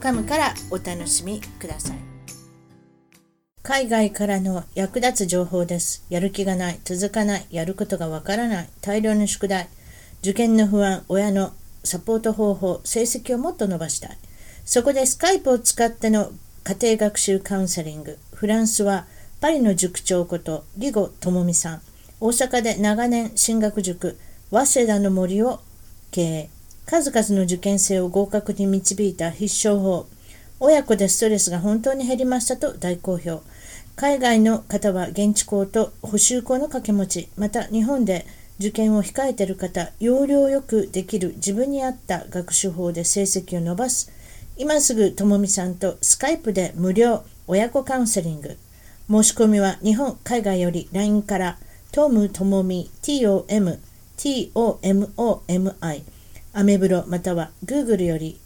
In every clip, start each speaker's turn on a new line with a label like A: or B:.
A: .com からお楽しみください海外からの役立つ情報です。やる気がない、続かない、やることがわからない、大量の宿題、受験の不安、親のサポート方法、成績をもっと伸ばしたい。そこでスカイプを使っての家庭学習カウンセリング、フランスはパリの塾長こと、リゴ智美さん、大阪で長年進学塾、早稲田の森を経営、数々の受験生を合格に導いた必勝法、親子でストレスが本当に減りましたと大好評。海外の方は現地校と補修校の掛け持ち、また日本で受験を控えている方、要領よくできる自分に合った学習法で成績を伸ばす。今すぐともみさんとスカイプで無料親子カウンセリング。申し込みは日本、海外より LINE から、トムともみ TOM、TOMOMI、アメブロまたは Google より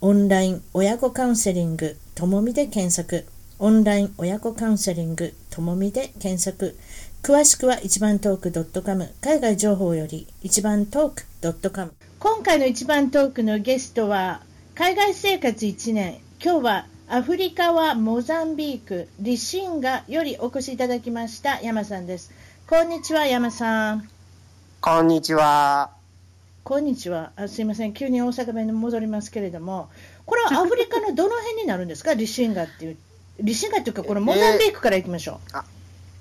A: オンライン親子カウンセリングともみで検索。オンライン親子カウンセリングともみで検索。詳しくは一番トーク .com 海外情報より一番トーク .com 今回の一番トークのゲストは海外生活1年今日はアフリカはモザンビークリシンガよりお越しいただきました山さんですこんにちは山さん
B: こんにちは。
A: こんにちはあすいません急に大阪弁に戻りますけれどもこれはアフリカのどの辺になるんですかリシンガっていうリシンガっていうかこのモザンビークからいきましょう、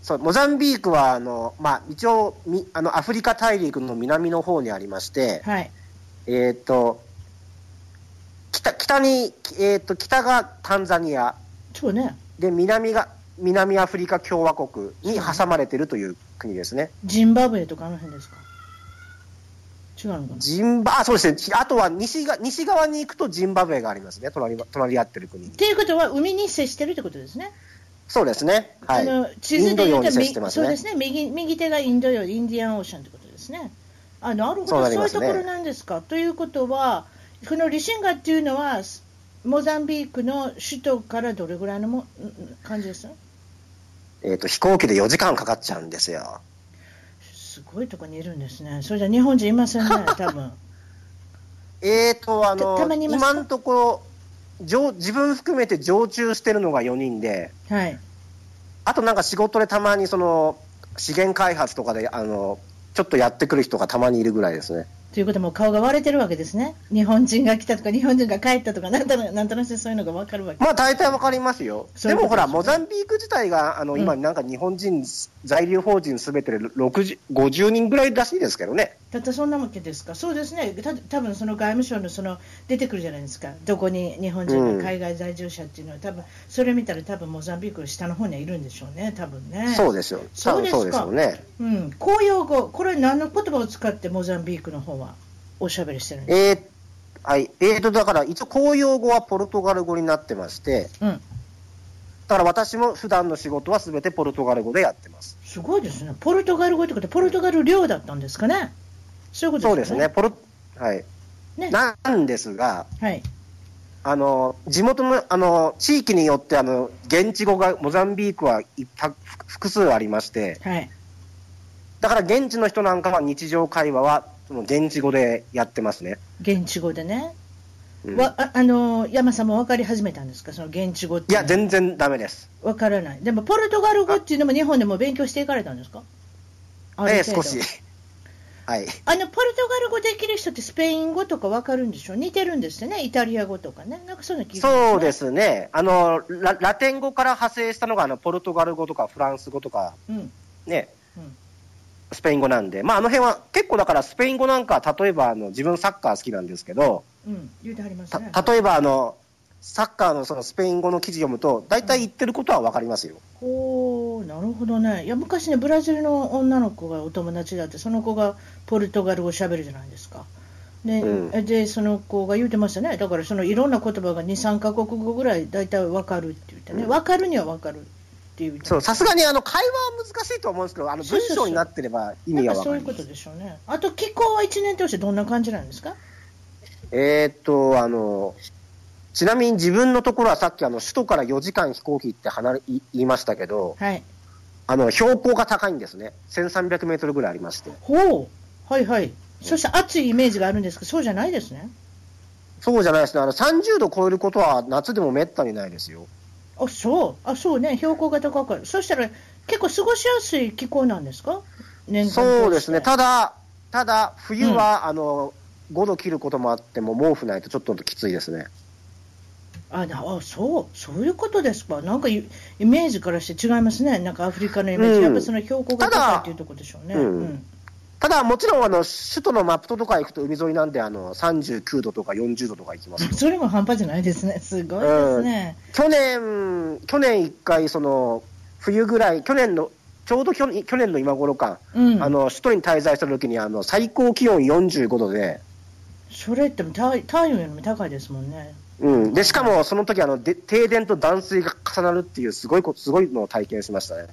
B: そう、モザンビークは、あの、まあ、一応、み、あの、アフリカ大陸の南の方にありまして、
A: はい
B: えっ、と、北、北に、えっ、と、北がタンザニア、
A: そうね
B: で、南が、南アフリカ共和国に挟まれてるという国ですね。
A: ジンバブエとかあの辺ですか違うのかな
B: ジンバ、あ、そうですね。あとは西が、西側に行くとジンバブエがありますね。隣の、隣り合ってる国
A: っ。ていうことは海に接してるってことですね。
B: そうですね。は
A: あの
B: い。
A: 地図で
B: インド
A: 言
B: 洋
A: うと
B: に接
A: み
B: してます
A: そうで
B: ね
A: す。ね右右手がインド洋、インディアンオーシャンってことですね。あなるほど
B: そ
A: そ
B: うな
A: う,、
B: り
A: い
B: ま
A: う
B: す
A: と
B: ね
A: ころなんですか。ということは、このリシンガっていうのは、モザンビークの首都からどれぐらいのもんん感じです
B: えっ、と、飛行機で4時間かかっちゃうんですよ。
A: すごいとこにいるんですね。それじゃ日本人いませ んね、多分
B: えーと、あの
A: たたまにいますか
B: 今のところ常、自分含めて常駐してるのが4人で、
A: はい。
B: あとなんか仕事でたまにその資源開発とかであの、ちょっとやってくる人がたまにいるぐらいですね。
A: ということも顔が割れてるわけですね。日本人が来たとか、日本人が帰ったとか、なんとなくなんとなくそういうのが分かるわけ
B: まあ大体わかりますよ。
A: そうい
B: で
A: うこと
B: もほら、
A: ですね
B: モザンビーク自体があの
A: うん
B: 今、なんか日本人、在留邦人すべてで60 50人ぐらいらしいですけどね。
A: たったそんなわけですか、そうですね、た多分その外務省のその出てくるじゃないですか、どこに日本人
B: う
A: が
B: ん
A: 海外在住者っていうのは、多分それ見たら、多分モザンビークの下の方にはいるんでしょうね、多分ね。
B: そうですよ。
A: そうですか
B: 多分そうですよね。
A: うん、公用語、これは何の言葉を使ってモザンビークの方はおしゃべりしてるんで
B: えーはい。えーと、だから一応公用語はポルトガル語になってまして、
A: すか、うん、
B: だから私も普段の仕事はすべてポルトガル語でやってます。
A: すごいですね、ポルトガル語ってことは、ポルトガル領だったんですかね、そういうこ
B: そ
A: と
B: う
A: で
B: ですす
A: よ
B: ね、
A: ね。
B: ポルはい、
A: ね
B: なんですが、
A: はい、
B: あの地元のあの地域によってあの現地語がモザンビークはいた複数ありまして、
A: はい、
B: だから現地の人なんかは日常会話はその現地語でやってますね。
A: 現地語でね、
B: うん
A: わああの山さんも分かり始めたんですか、その現地語って
B: いう
A: のは
B: や、全然ダメです。
A: わからない。でも、ポルトガル語っていうのも日本でも勉強していかれたんですかあ
B: え
A: る
B: え
A: 程度
B: 少し。 はい。
A: あの、ポルトガル語できる人ってスペイン語とかわかるんでしょ似てるんですよね。イタリア語とかね。なんかそういうの聞いてますね
B: そうですね。あの、ララテン語から派生したのが、あの、ポルトガル語とかフランス語とか、
A: うん。
B: ね、
A: うん
B: スペイン語なんで、まあ、あの辺は結構だからスペイン語なんかは例えばあの自分サッカー好きなんですけど、
A: うん。言うてはります
B: た
A: ね。
B: 例えばあのサッカーのそのスペイン語の記事読むと大体言ってることは分かりますよ。
A: おーなるほどね。いや、昔ね、ブラジルの女の子がお友達だって、その子がポルトガル語喋るじゃないですか。ね
B: う
A: でその子が言うてましたねだからそのいろんな言葉が23か国語ぐらい大体わかるって言ってね、わかるにはわかるっていう
B: そう、さすがにあの会話は難しいと思うんですけど、あの
A: そう
B: 文
A: そうそう
B: 章になってれば意
A: な
B: 味
A: ん
B: は
A: か
B: わ
A: そ
B: か
A: うい
B: り
A: う
B: ま
A: こ
B: す
A: と。でしょうねあと気候は1年通してどんな感じなんですか
B: えーっと、あの、ちなみに自分のところはさっきあの首都から4時間飛行機って離れい言いましたけど、
A: はい
B: あの標高が高いんですね。1300メートルぐらいありまして。
A: ほうはいはいそして暑いイメージがあるんですかそうじゃないですね
B: そうじゃないですね。あの30度超えることは夏でも滅多にないですよ。
A: あそうあそうね標高が高くそしたら結構過ごしやすい気候なんですか年間通して
B: そうですね。ただ、ただ冬は、あの5度切ることもあっても毛布ないとちょっときついですね。
A: あなあそうそういうことですかなんかイイメージからして違いますねなんかアフリカのイメージ、
B: うん
A: やっぱその標高が
B: た
A: 高い
B: だ
A: っていうところでしょうね、
B: うん
A: うん
B: ただもちろんあの首都のマプトとか行くと海沿いなんであの39度とか40度とか行きますよ。
A: それも半端じゃないですねすごいですね、
B: 去年、去年一回、その冬ぐらい、去年のちょうど去去年の今頃か、
A: うん
B: あの首都に滞在した時にあの最高気温45度で、
A: それって体体温よりも高いですもんね
B: うん、でしかもその時あので停電と断水が重なるっていうすごいこすごいのを体験しましたね。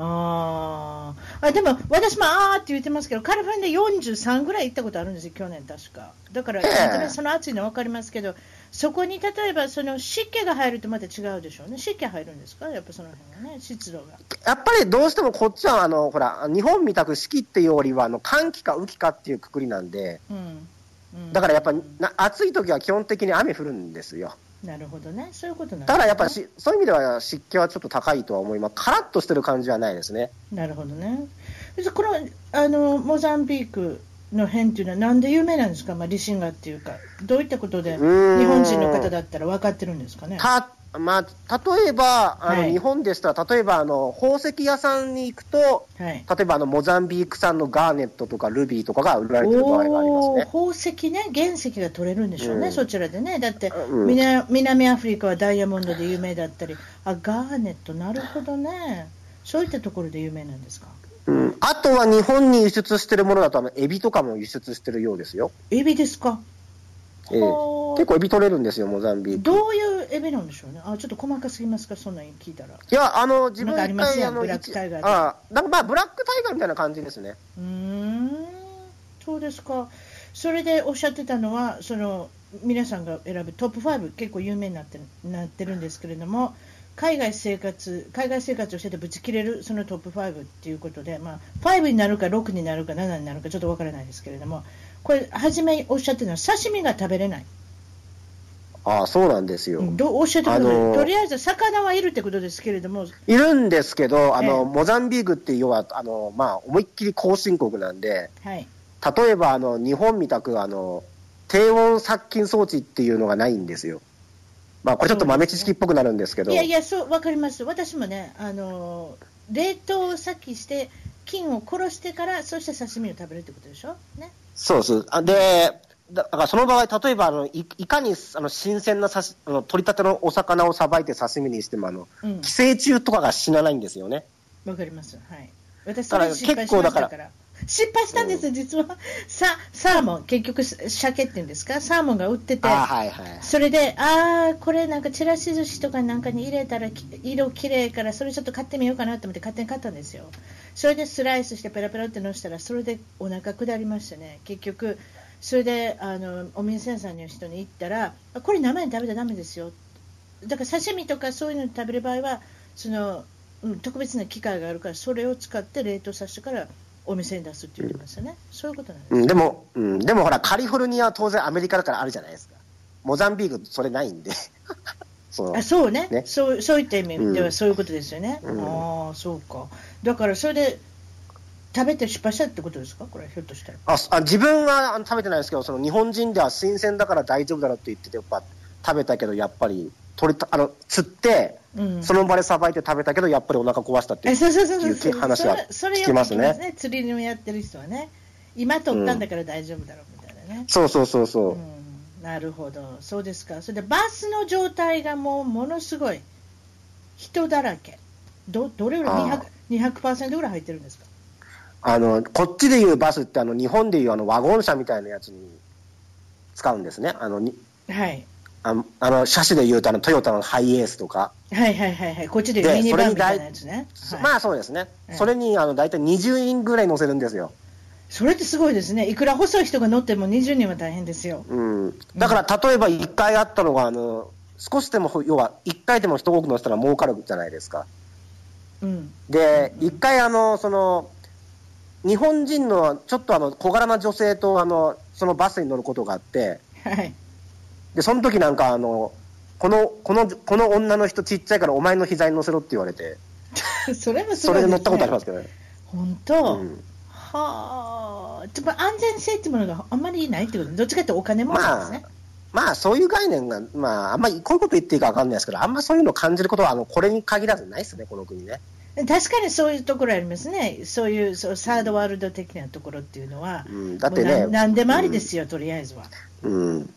A: あーあでも私もあーって言ってますけどカリフォルニア43ぐらい行ったことあるんですよ、去年確か。だから、
B: ええ
A: なんとなくその暑いの分かりますけど、そこに例えばその湿気が入るとまた違うでしょうね、湿気入るんですか、やっぱその辺はね、湿度が。
B: やっぱりどうしてもこっちはあのほら日本みたく四季っていうよりはあの寒気か雨季かっていうくくりなんで、
A: うんうん、
B: だからやっぱな暑い時は基本的に雨降るんですよ。
A: なるほどね、そういうことなんですね
B: だからやっぱしそういう意味では湿気はちょっと高いとは思います。カラッとしてる感じはないですね。
A: なるほどね。でこのあのモザンビークの辺っていうのは、なんで有名なんですか、まあ、リシンガっていうか、どういったことで日
B: ーん
A: 本人の方だったら分かってるんですかね。
B: たまあ、例えば、あの
A: はい
B: 日本でしたら、例えばあの宝石屋さんに行くと、
A: はい
B: 例えばあのモザンビーク産のガーネットとかルビーとかが売られてる場合があります
A: おー
B: ね。
A: 宝石ね、原石が取れるんでしょうね、
B: うん
A: そちらでね、だって、
B: うん
A: 南南アフリカはダイヤモンドで有名だったり、あガーネット、なるほどね、そういったところで有名なんですか、
B: うんあとは日本に輸出してるものだと、あのエビとかも輸出してるようですよ。
A: エビですか、
B: ええ
A: ほー
B: 結構エビ取れるんですよ、モザンビーク。
A: どういうエビなんでしょうね、あちょっと細かすぎますか、そんなに聞いたら。
B: いや、あの、自
A: な
B: 分
A: んかあり
B: 一
A: ます
B: 回、
A: やん
B: あの、
A: ブラックタイガー
B: 一
A: とか
B: ああなんかまあ、ブラックタイガーみたいな感じですね。
A: うーんそうですか、それでおっしゃってたのは、その皆さんが選ぶトップ5、結構有名になってなってるんですけれども、海外生活、海外生活をしててぶち切れるそのトップ5っていうことで、まあ、5になるか、6になるか、7になるか、ちょっとわからないですけれども、これ、初めおっしゃってたのは、刺身が食べれない、
B: ああ、そうなんですよ。
A: どうおっしゃってください、
B: あのー
A: とりあえず魚はいるってことですけれども、
B: いるんですけど、あ
A: ええ
B: の、モザンビークって要は、あの、まあ、思いっきり後進国なんで、
A: はい、
B: 例えばあの日本みたくあの低温殺菌装置っていうのがないんですよ。まあ、これちょっと豆知識っぽくなるんですけど、
A: いやいや、そう、わかります。私もね、あのー冷凍を先して、菌を殺してから、そして刺身を食べるってことでしょね。
B: そうそうあで、だだからその場合、例えばあのいいかにあの新鮮な刺しあの取りたてのお魚をさばいて刺身にしてもあの、
A: うん
B: 寄生虫とかが死なないんですよね。
A: わかります。はい。私、そ
B: だから
A: れ失敗し
B: 結
A: ま
B: 構
A: し
B: だか
A: た
B: ら
A: から。失敗したんです、実は。さ、サーモン、結局、鮭っていうんですか、サーモンが売ってて。
B: あーはいはい。
A: それで、ああ、これなんかちらし寿司とかなんかに入れたらき色綺麗から、それちょっと買ってみようかなと思って勝手に買ったんですよ。それでスライスしてペラペラってのしたら、それでお腹下りましたね。結局、それであのお店屋さんの人に行ったら、あこれ生で食べたらダメですよ。だから刺身とかそういうの食べる場合は、そのうん特別な機械があるから、それを使って冷凍させてからお店に出すって言ってましたね。そういうことなんです。
B: うん、でも、うん、でもほら、カリフォルニアは当然アメリカだからあるじゃないですか。モザンビーク、それないんで。 そう
A: あそうね
B: ね
A: そう、そういった意味で
B: う
A: は
B: ん
A: そういうことですよね、ああ、そうか、だからそれで食べて失敗したってことですか、これ、ひょっとしたら。
B: あすあ自分はあの食べてないですけど、その日本人では新鮮だから大丈夫だろうって言ってて、やっぱ食べたけど、やっぱり取れたあの釣って、
A: うん
B: その場でさばいて食べたけど、やっぱりお腹壊したってい
A: え
B: う
A: そうそうそうそう
B: いう話は
A: それそれ
B: 聞
A: よ
B: き
A: く
B: ます
A: 聞きます
B: ね。
A: ね、釣りをやってる人はね、今取ったんだから大丈夫だろうみたいなね、
B: そうそうそうそう
A: う。ん、なるほど、そうですか、それでバスの状態がもうものすごい人だらけ、どどれぐらい
B: あ
A: 200%, 200ぐらい入ってるんですか、
B: あのこっちでいうバスってあの日本でいうあのワゴン車みたいなやつに使うんですね。あの、に
A: はい。
B: あのあの車種で言うとあのトヨタのハイエースとか、
A: はいはいはいはい。こっちで
B: で
A: ミニバンみたい
B: それに
A: なやつね。はい、
B: まあそうですね、
A: ええ
B: それにあの大体20人ぐらい乗せるんですよ、
A: それってすごいですね。いくら細い人が乗っても20人は大変ですよ。
B: うん、だから例えば1回あったのがあの少しでも要は1回でも人多く乗せたら儲かるじゃないですか
A: うん。
B: で1回あのその日本人のちょっとあの小柄な女性とあのそのバスに乗ることがあって
A: はい。
B: でその時なんかあのこのこのこの女の人ちっちゃいからお前の膝に乗せろって言われて
A: それもす
B: そ
A: ごいです、ね。
B: れで乗ったことありますけどね、
A: 本
B: う
A: 当、
B: ん、
A: はあ、ちょっと安全性っていうものがあんまりないってこと、どっちかっていうとお金もあるんで
B: ますあ
A: ね。、
B: まあ、そういう概念が、まあ、あんまりこういうこと言っていいかわかんないですけど、あんまそういうのを感じることは、あのこれに限らずないですね、この国ね。
A: 確かにそういうところありますね、そういうそうサードワールド的なところっていうのは、
B: うん、だってね、
A: もうなんでもありですよ、とりあえずは。
B: うん、うん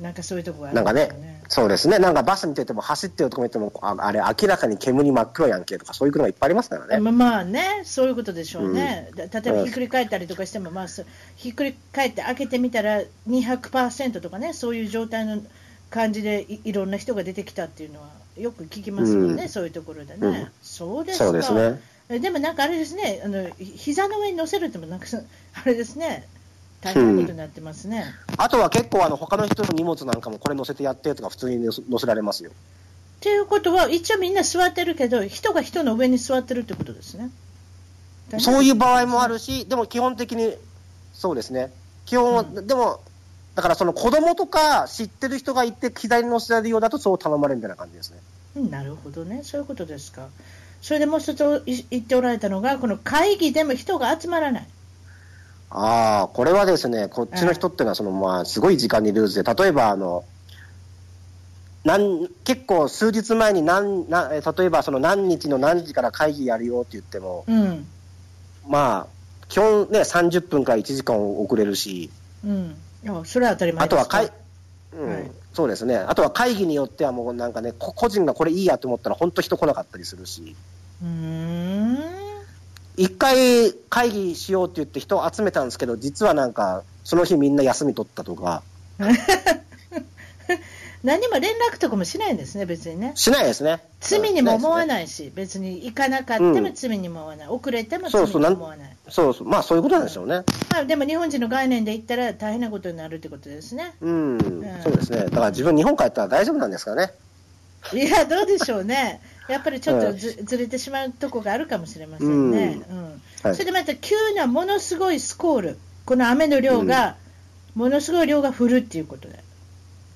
A: なんかそういうところがあ
B: なんか
A: ります
B: ね
A: よね。、
B: そうですね、なんかバス見てても、走ってるとこ見ても、ああれ、明らかに煙真っ黒やんけとか、そういうのがいっぱいありますからね。
A: まあまあね、そういうことでしょうね、だ例えばひっくり返ったりとかしても、まあ、そうひっくり返って開けてみたら200%とかね、そういう状態の感じでいいろんな人が出てきたっていうのは、よく聞きますもんね、
B: うん
A: そういうところでね。
B: うん
A: そうですか
B: そうですね。
A: えでもなんかあれですね、あのひ膝の上に乗せるってもなんかそあれですね、大変なことになってますね。
B: あとは結構、あの他の人の荷物なんかも、これ乗せてやってとか、普通に乗せられますよ。
A: と、いうことは、一応みんな座ってるけど、人が人の上に座ってるってことですね。
B: そういう場合もあるし、でも基本的に、そうですね、基本は、でも、だからその子供とか知ってる人がいて、膝に乗せられるようだと、そう頼まれるみたいな感じですね。
A: うんなるほどね、そういうことですか。それでもう一つい言っておられたのが、この会議でも人が集まらない。
B: ああ、これはですね、こっちの人っていうのは、そのまあ、すごい時間にルーズで、例えば、あの、なん結構数日前に何、なえ例えばその何日の何時から会議やるよって言っても、
A: うん、
B: まあ、基本ね、30分から1時間遅れるし、
A: うん、あそれは当たり前
B: あ
A: で
B: と
A: す
B: は会、うん
A: はい
B: そうですね、あとは会議によっては、もうなんかね、こ個人がこれいいやと思ったら、本当人来なかったりするし、
A: うーん、
B: 一回会議しようって言って、人を集めたんですけど、実はなんか、その日みんな休み取ったとか、
A: 何も連絡とかもしないんですね、別にね。
B: しないですね。
A: 罪にも思わ
B: い。
A: ないし、別に行かなかったも罪にも思わない、遅れても罪にも思わない、
B: そうそう、まあそういうことなんでしょうね。
A: まあ、でも日本人の概念で言ったら大変なことになるってことですね。
B: うん、
A: ん
B: そうですね。だから自分、日本帰ったら大丈夫なんですかね。
A: いや、どうでしょうね、やっぱりちょっ
B: う
A: と
B: ん
A: ず,、ずれてしまうとこがあるかもしれませんね。うん
B: はい
A: それでまた急なものすごいスコール、この雨の量が、ものすごい量が降るっていうことで、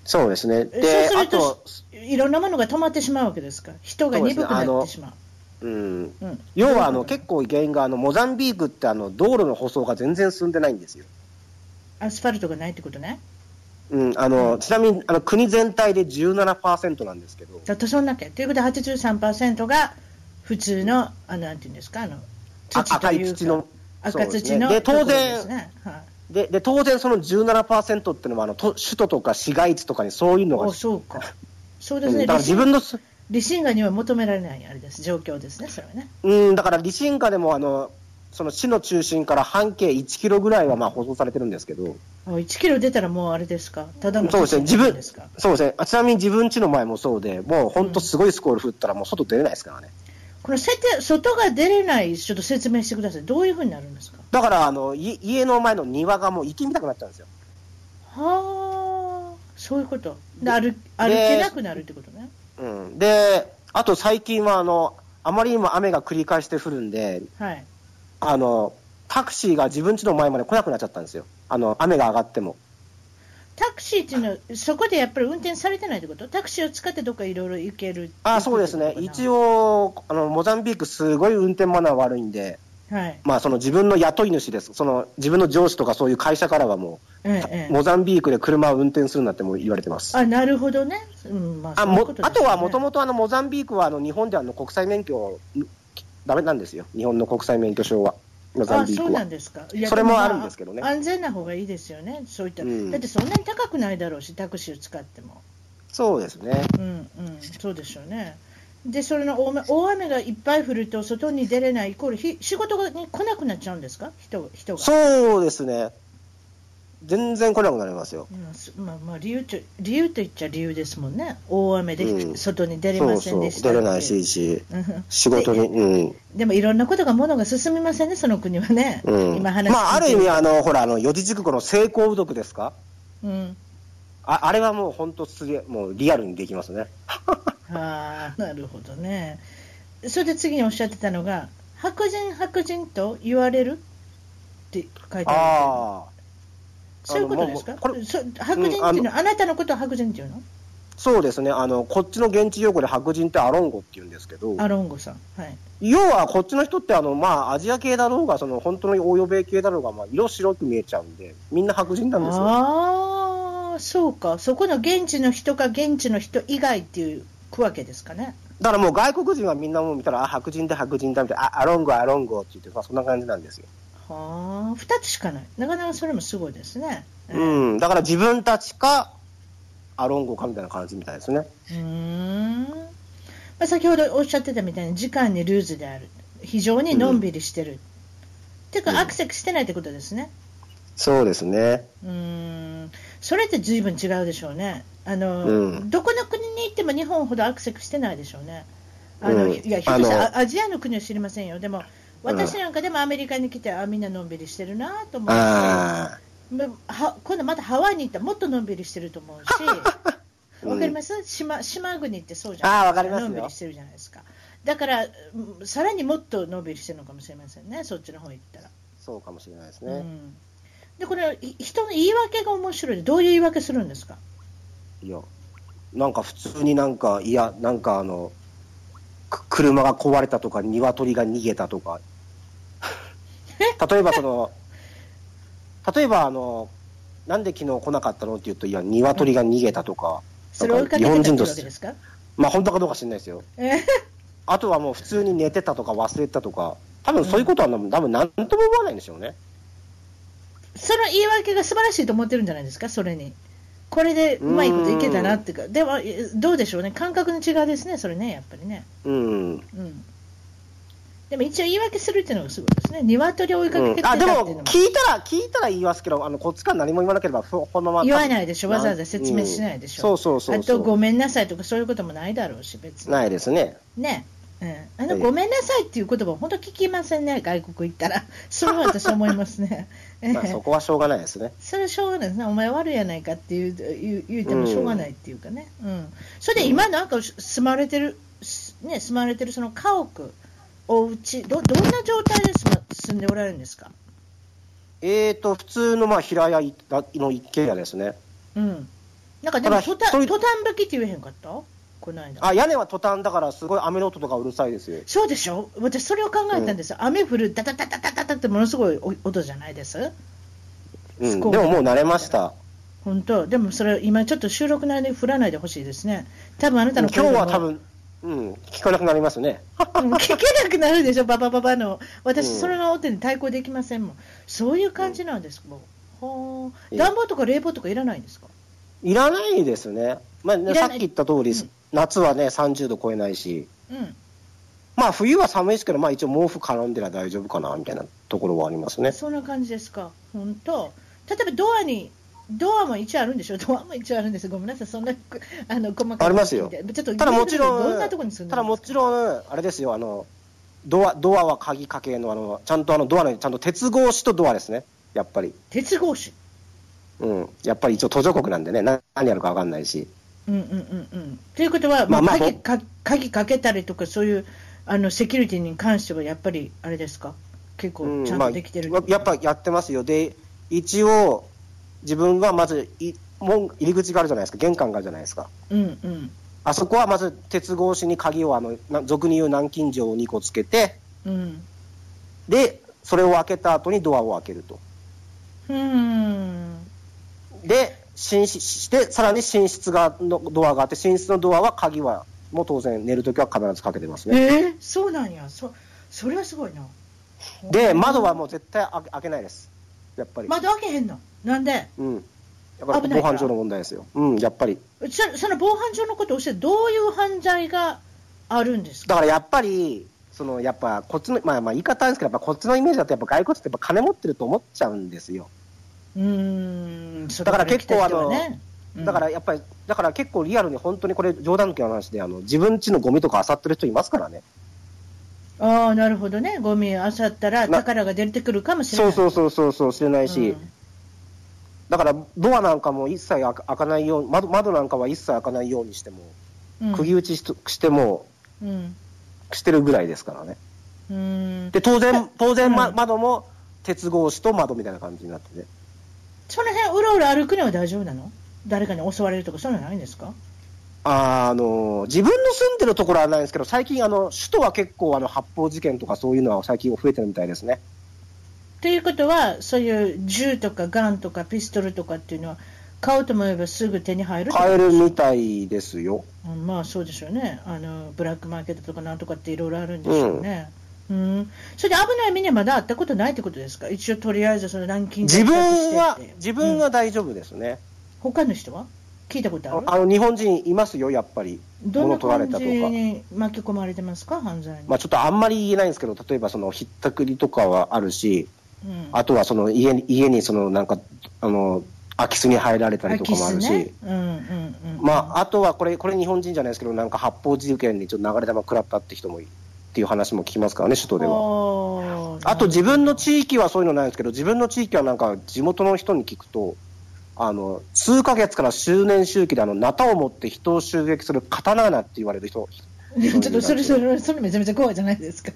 B: そうですね。で、
A: そうす
B: あ
A: ると
B: と、
A: いろんなものが止まってしまうわけですから、人が
B: そうです
A: 鈍
B: ね
A: くなってしまう。
B: うん、
A: うん
B: 要はあの結構原因があのモザンビークってあの道路の舗装が全然進んでないんですよ。
A: アスファルトがないってことね、
B: うん、あのちなみにあの国全体で17%なんですけど、
A: だってそんだけ。ということで、83%が普通の、あのなんていうんですか、あの
B: あ
A: 土と
B: 赤
A: いう
B: い
A: か
B: 土の、
A: 赤
B: そうです
A: 土
B: ね
A: の
B: で当然
A: ところですねはい
B: でで当然、その17%っていうのはあのと首都とか市街地とかにそういうのが、
A: おそうか、そうで
B: う
A: す
B: ん
A: ね、
B: だから自分のす、
A: 理心がには求められないあれです状況ですね、それはね。
B: うん、だから理心下でもあのその市の中心から半径1キロぐらいはまあ舗装されてるんですけど、
A: あ1キロ出たらもうあれですか、ただの
B: そうですね、自分
A: ですか、
B: そうですねあちなみに自分家の前もそうで、もう本当、すごいスコール降ったら、もう外出れないですからね。
A: この設定外が出れない、ちょっと説明してください、どういうふうになるんですか。
B: だからあのい家の前の庭がもう行きみたくなっちゃうんですよ。
A: はあ、そういうこと、で歩歩けなくなるってことね。
B: うん、で、あと最近はあの、あまりにも雨が繰り返して降るんで、
A: はい、
B: あのタクシーが自分家の前まで来なくなっちゃったんですよ、あの雨が上がっても。
A: タクシーっていうのは、そこでやっぱり運転されてないってこと、タクシーを使ってどっかいろいろ行ける
B: あそうですね、一、応、あのモザンビーク、すごい運転マナー悪いんで、
A: はい
B: まあ、その自分の雇い主です、その自分の上司とかそういう会社からはも
A: ええ
B: う、
A: ええ
B: モザンビークで車を運転するなってもう言われてます。
A: あなるほどね、うんまあ、
B: あ
A: そういう
B: も
A: ことです
B: あ
A: ね
B: とはもともとあのモザンビークはあの日本ではあの国際免許だめなんですよ、日本の国際免許証は、モザン
A: あ
B: ビー
A: そう
B: ク
A: な
B: は
A: ん。ですか
B: それも
A: ま
B: あるんですけどね
A: 安全な方がいいですよね、そういった、
B: うん
A: だってそんなに高くないだろうし、タクシーを使っても、
B: そうですね、
A: うんうん、そうでしょうね、でそれの大雨大雨がいっぱい降ると、外に出れないイコールひ、仕事に来なくなっちゃうんですか、人人が。
B: そうですね、全然来なくなりますよ。
A: うんすまあまあ、理由と理由と言っちゃ理由ですもんね、大雨
B: う
A: で
B: ん
A: 外に出れ
B: そ
A: ま
B: う
A: せん
B: そう、
A: でしたっ
B: 出
A: て
B: れ
A: う
B: ないし、し
A: うんうん
B: 仕事に、うん。
A: でもいろんなことが、ものが進みませんね、その国はね、
B: うん、
A: 今話して
B: まあ、ある意味、あのほら、あの四字熟語の成功不足ですか、
A: うん、
B: ああれはもう本当、すげえもうリアルにできます ね。
A: あーなるほどね、それで次におっしゃってたのが、白人、白人と言われるって書いてあるんですよ
B: ああ、
A: そういうことですか
B: あのもうこれ
A: そ白人っていうのは、あなたのことを白人っていうの
B: そうですねあの、こっちの現地用語で白人ってアロンゴって言うんですけど、
A: アロンゴさん、はい、
B: 要はこっちの人ってあの、まあ、アジア系だろうが、その本当に欧米系だろうが、まあ、色白く見えちゃうんで、みんな白人なんですよ。
A: ああ、そうか、そこの現地の人か現地の人以外っていう区分けですかね。
B: だからもう外国人はみんなもう見たら、あ白人だ、白人だみたいな、あアロンゴ、アロンゴって言って、まあ、そんな感じなんですよ。
A: はあ、2つしかない、なかなかそれもすごいですね。
B: うん、だから自分たちか、アロンゴかみたいな感じみたいですね。
A: うーんまあ、先ほどおっしゃってたみたいに時間にルーズである非常にのんびりしてる、ていう
B: うん
A: かアクセスしてないってことですね
B: そうですね。
A: うーんそれって随分違うでしょうねあの、
B: うん
A: どこの国に行っても日本ほどアクセスしてないでしょうねあの、
B: うん
A: いやひょっとした
B: あ
A: ら
B: の
A: アアジアの国は知りませんよでも私なんかでもアメリカに来てあみんなのんびりしてるなと思うし
B: あ
A: まは今度またハワイに行ったらもっとのんびりしてると思うし
B: うん
A: わかります、島島国ってそうじゃ
B: あ
A: な
B: ーわ
A: い
B: かりますよ
A: のんびりしてるじゃないですかだからうんさらにもっとのんびりしてるのかもしれませんねそっちの方行ったら、
B: あ、そうかもしれないです
A: う
B: ね。
A: ん、でこれい人の言い訳が面白いどういう言い訳するんですか
B: いや、なんか普通になんか、いや、なんかあの、く車が壊れたとか、鶏が逃げたとか。例えばその、例えばあの、なんで昨日来なかったのって言うと、いや、鶏が逃げたとか、
A: それを追いかけてたっていうわけですか
B: まあ本当かどうか知らないですよ。
A: え ー
B: あとはもう普通に寝てたとか忘れてたとか、多分そういうことは多分何とも思わないんでしょうね。
A: その言い訳が素晴らしいと思ってるんじゃないですかそれにこれでうまいこといけたなっていうかではえどうでしょうね感覚の違いですねそれねやっぱりね
B: うん。
A: うんでも一応言い訳するっていうのがすごいですね。鶏を追いかけてた
B: あ
A: っ
B: で
A: ていうの
B: も
A: も
B: 聞いたら聞いたら言いますけどあのこっちから何も言わなければそこのまま
A: 言わないでしょ、
B: な
A: わざわざ説明しないでし
B: う
A: ょ。
B: んそうそうそう
A: あと、ご
B: め
A: めんなさいとかそういうこともないだろうし、別に。
B: ないです ね
A: ね。うん、あの
B: ええ
A: ごめんなさいっていう言葉、本当聞きませんね、外国行ったら。 そう私思いますね。え
B: まあそ
A: え
B: こはしょうがないですね
A: それはしょうがないですね、お前悪いやないかっていう言う言うてもしょうがないっていうかね、うんそれで今、なんか住まれてる、すね、住まれてるその家屋、お家どどんな状態で住ま住んでおられるんですか、
B: えーと普通のまあ平屋の一軒家ですね
A: うん、なんかでも
B: ただ
A: トタ
B: 一
A: ン、
B: 人
A: トタン吹きって言えへんかったこの間。
B: あ屋根はトタンだからすごい雨の音とかうるさいですよ
A: そうでしょ私、それを考えたんですよ、雨降る、ダダダダダダダってものすごいお音じゃないです、
B: う
A: す
B: ん
A: ごい
B: でももう慣れました
A: 本当、でもそれ、今ちょっと収録内で降らないでほしいですね、多分あなたの
B: 今日
A: 声でも
B: は多分うん聞こえなくなりますね
A: うん聞けなくなるでしょ、ババババの、私、
B: うん
A: それの音に対抗できませんもん、そういう感じなんです、もうほう
B: ええ
A: 暖房とか冷房とかいらないんですか、
B: いらないですねまあね
A: い
B: さ
A: ら
B: っ
A: ない
B: き言った通り
A: うん
B: 夏はね30度超えないし
A: うん、
B: まあ冬は寒いですけど、まあ一応毛布絡んでら大丈夫かなみたいなところはありますね。
A: そんな感じですか、本当、例えばドアに、ドアも一応あるんでしょ、ドアも一応あるんです、ごめんなさい、そんなくあの細かいこと聞いて
B: ありますよ
A: ちょっと
B: ただもちろん、
A: どんなところに住んで
B: ただもち
A: ん、
B: ろん、あれですよ、あの、ドア、ドアは鍵かけの、あの、ちゃんとあのドアの、ちゃんと鉄格子とドアですね。やっぱり。
A: 鉄格子、
B: うん。やっぱり一応途上国なんでね、な何やるかわかんないし。
A: うんうんうんうん。ということは、
B: ま
A: ま
B: あ
A: あ
B: まあ
A: 鍵か鍵かけたりとか、そういうあのセキュリティに関しては、やっぱりあれですか、結
B: う
A: 構ちゃん
B: まあ、
A: とできてる、
B: ややっぱやってますよ。で、一応、自分はまず、い、門、入り口があるじゃないですか。玄関があるじゃないですか。
A: うんうん
B: あそこはまず鉄格子に鍵を、あの、な俗に言う南京錠を2個つけて、
A: うん
B: で、それを開けた後にドアを開けると。
A: うーん
B: で、寝室、で、さらに寝室がのドアがあって、寝室のドアは鍵は、もう当然寝るときは必ずかけてます
A: え
B: ね。
A: ーそうなんやそそれはすごいな
B: で、窓はもう絶対開け開けないです。やっぱり。
A: 窓開けへんのなんで
B: うん。だから
A: 危な
B: 防
A: いから
B: 犯上の問題ですよ。うん、やっぱり。
A: そその防犯上のことを教えてどういう犯罪があるんですか
B: だからやっぱり、そのやっぱこっちの、まあまあ言い方あるんですけど、やっぱこっちのイメージだと、やっぱ外国人ってやっぱ金持ってると思っちゃうんですよ。
A: ううーんそ
B: だから
A: こ来た人は
B: 結構あの
A: ねうん
B: だからやっぱり、だから結構リアルに本当にこれ冗談抜きの話で、あの、自分家のゴミとか漁ってる人いますからね。
A: ああなるほどねゴミ漁ったら
B: な
A: 宝が出てくるかもしれ
B: そ
A: な
B: う
A: い
B: そうそうそうそう、知れないし、
A: ん
B: だからドアなんかも一切開か開かないように窓、窓なんかは一切開かないようにしても、
A: うん
B: 釘打ちしとしても、
A: うん
B: してるぐらいですからね。
A: うーん
B: で、当然、当然、ま
A: うん
B: 窓も鉄格子と窓みたいな感じになってて。
A: その辺うろうろ歩くのは大丈夫なの誰かに襲われるとかそういうのないんですか
B: あの、自分の住んでるところはないんですけど、最近、あの、首都は結構、あの、発砲事件とかそういうのは最近増えてるみたいですね。
A: ということはそういう銃とかガンとかピストルとかっていうのは買おうと思えばすぐ手に入るってこと
B: 買えるみたいですよ。
A: うんまあそうでしょうねあの、ブラックマーケットとかなんとかっていろいろあるんでしょうね、うんそれで危ない目にはまだあったことないってことですか、一応とりあえずそのランキング
B: 自分は
A: 比較してって、
B: 自分は大丈夫ですね。
A: 他の人は聞いたことある
B: あの、日本人いますよ、やっぱり。
A: どんな
B: 物取られ
A: 感
B: たと
A: じ
B: か
A: に巻き込まれてますか、犯罪に。
B: まあ、ちょっとあんまり言えないんですけど、例えば、その、ひったくりとかはあるし、
A: うん
B: あとは、その、家に、家に、その、なんか、あの、空き巣に入られたりとかもあるし。
A: 空き巣ねうんうんうん、
B: まあ、あとはこれ、これ日本人じゃないですけど、なんか発砲事件にちょっと流れ弾食らったって人もいっていう話も聞きますからね、首都で
A: は
B: は。あと自分の地域はそういうのないんですけど、自分の地域はなんか地元の人に聞くと、あの数ヶ月から周年周期であの、ナタを持って人を襲撃する刀って言われる人
A: ちょっとそれそれそれめちゃめちゃ怖いじゃないですか。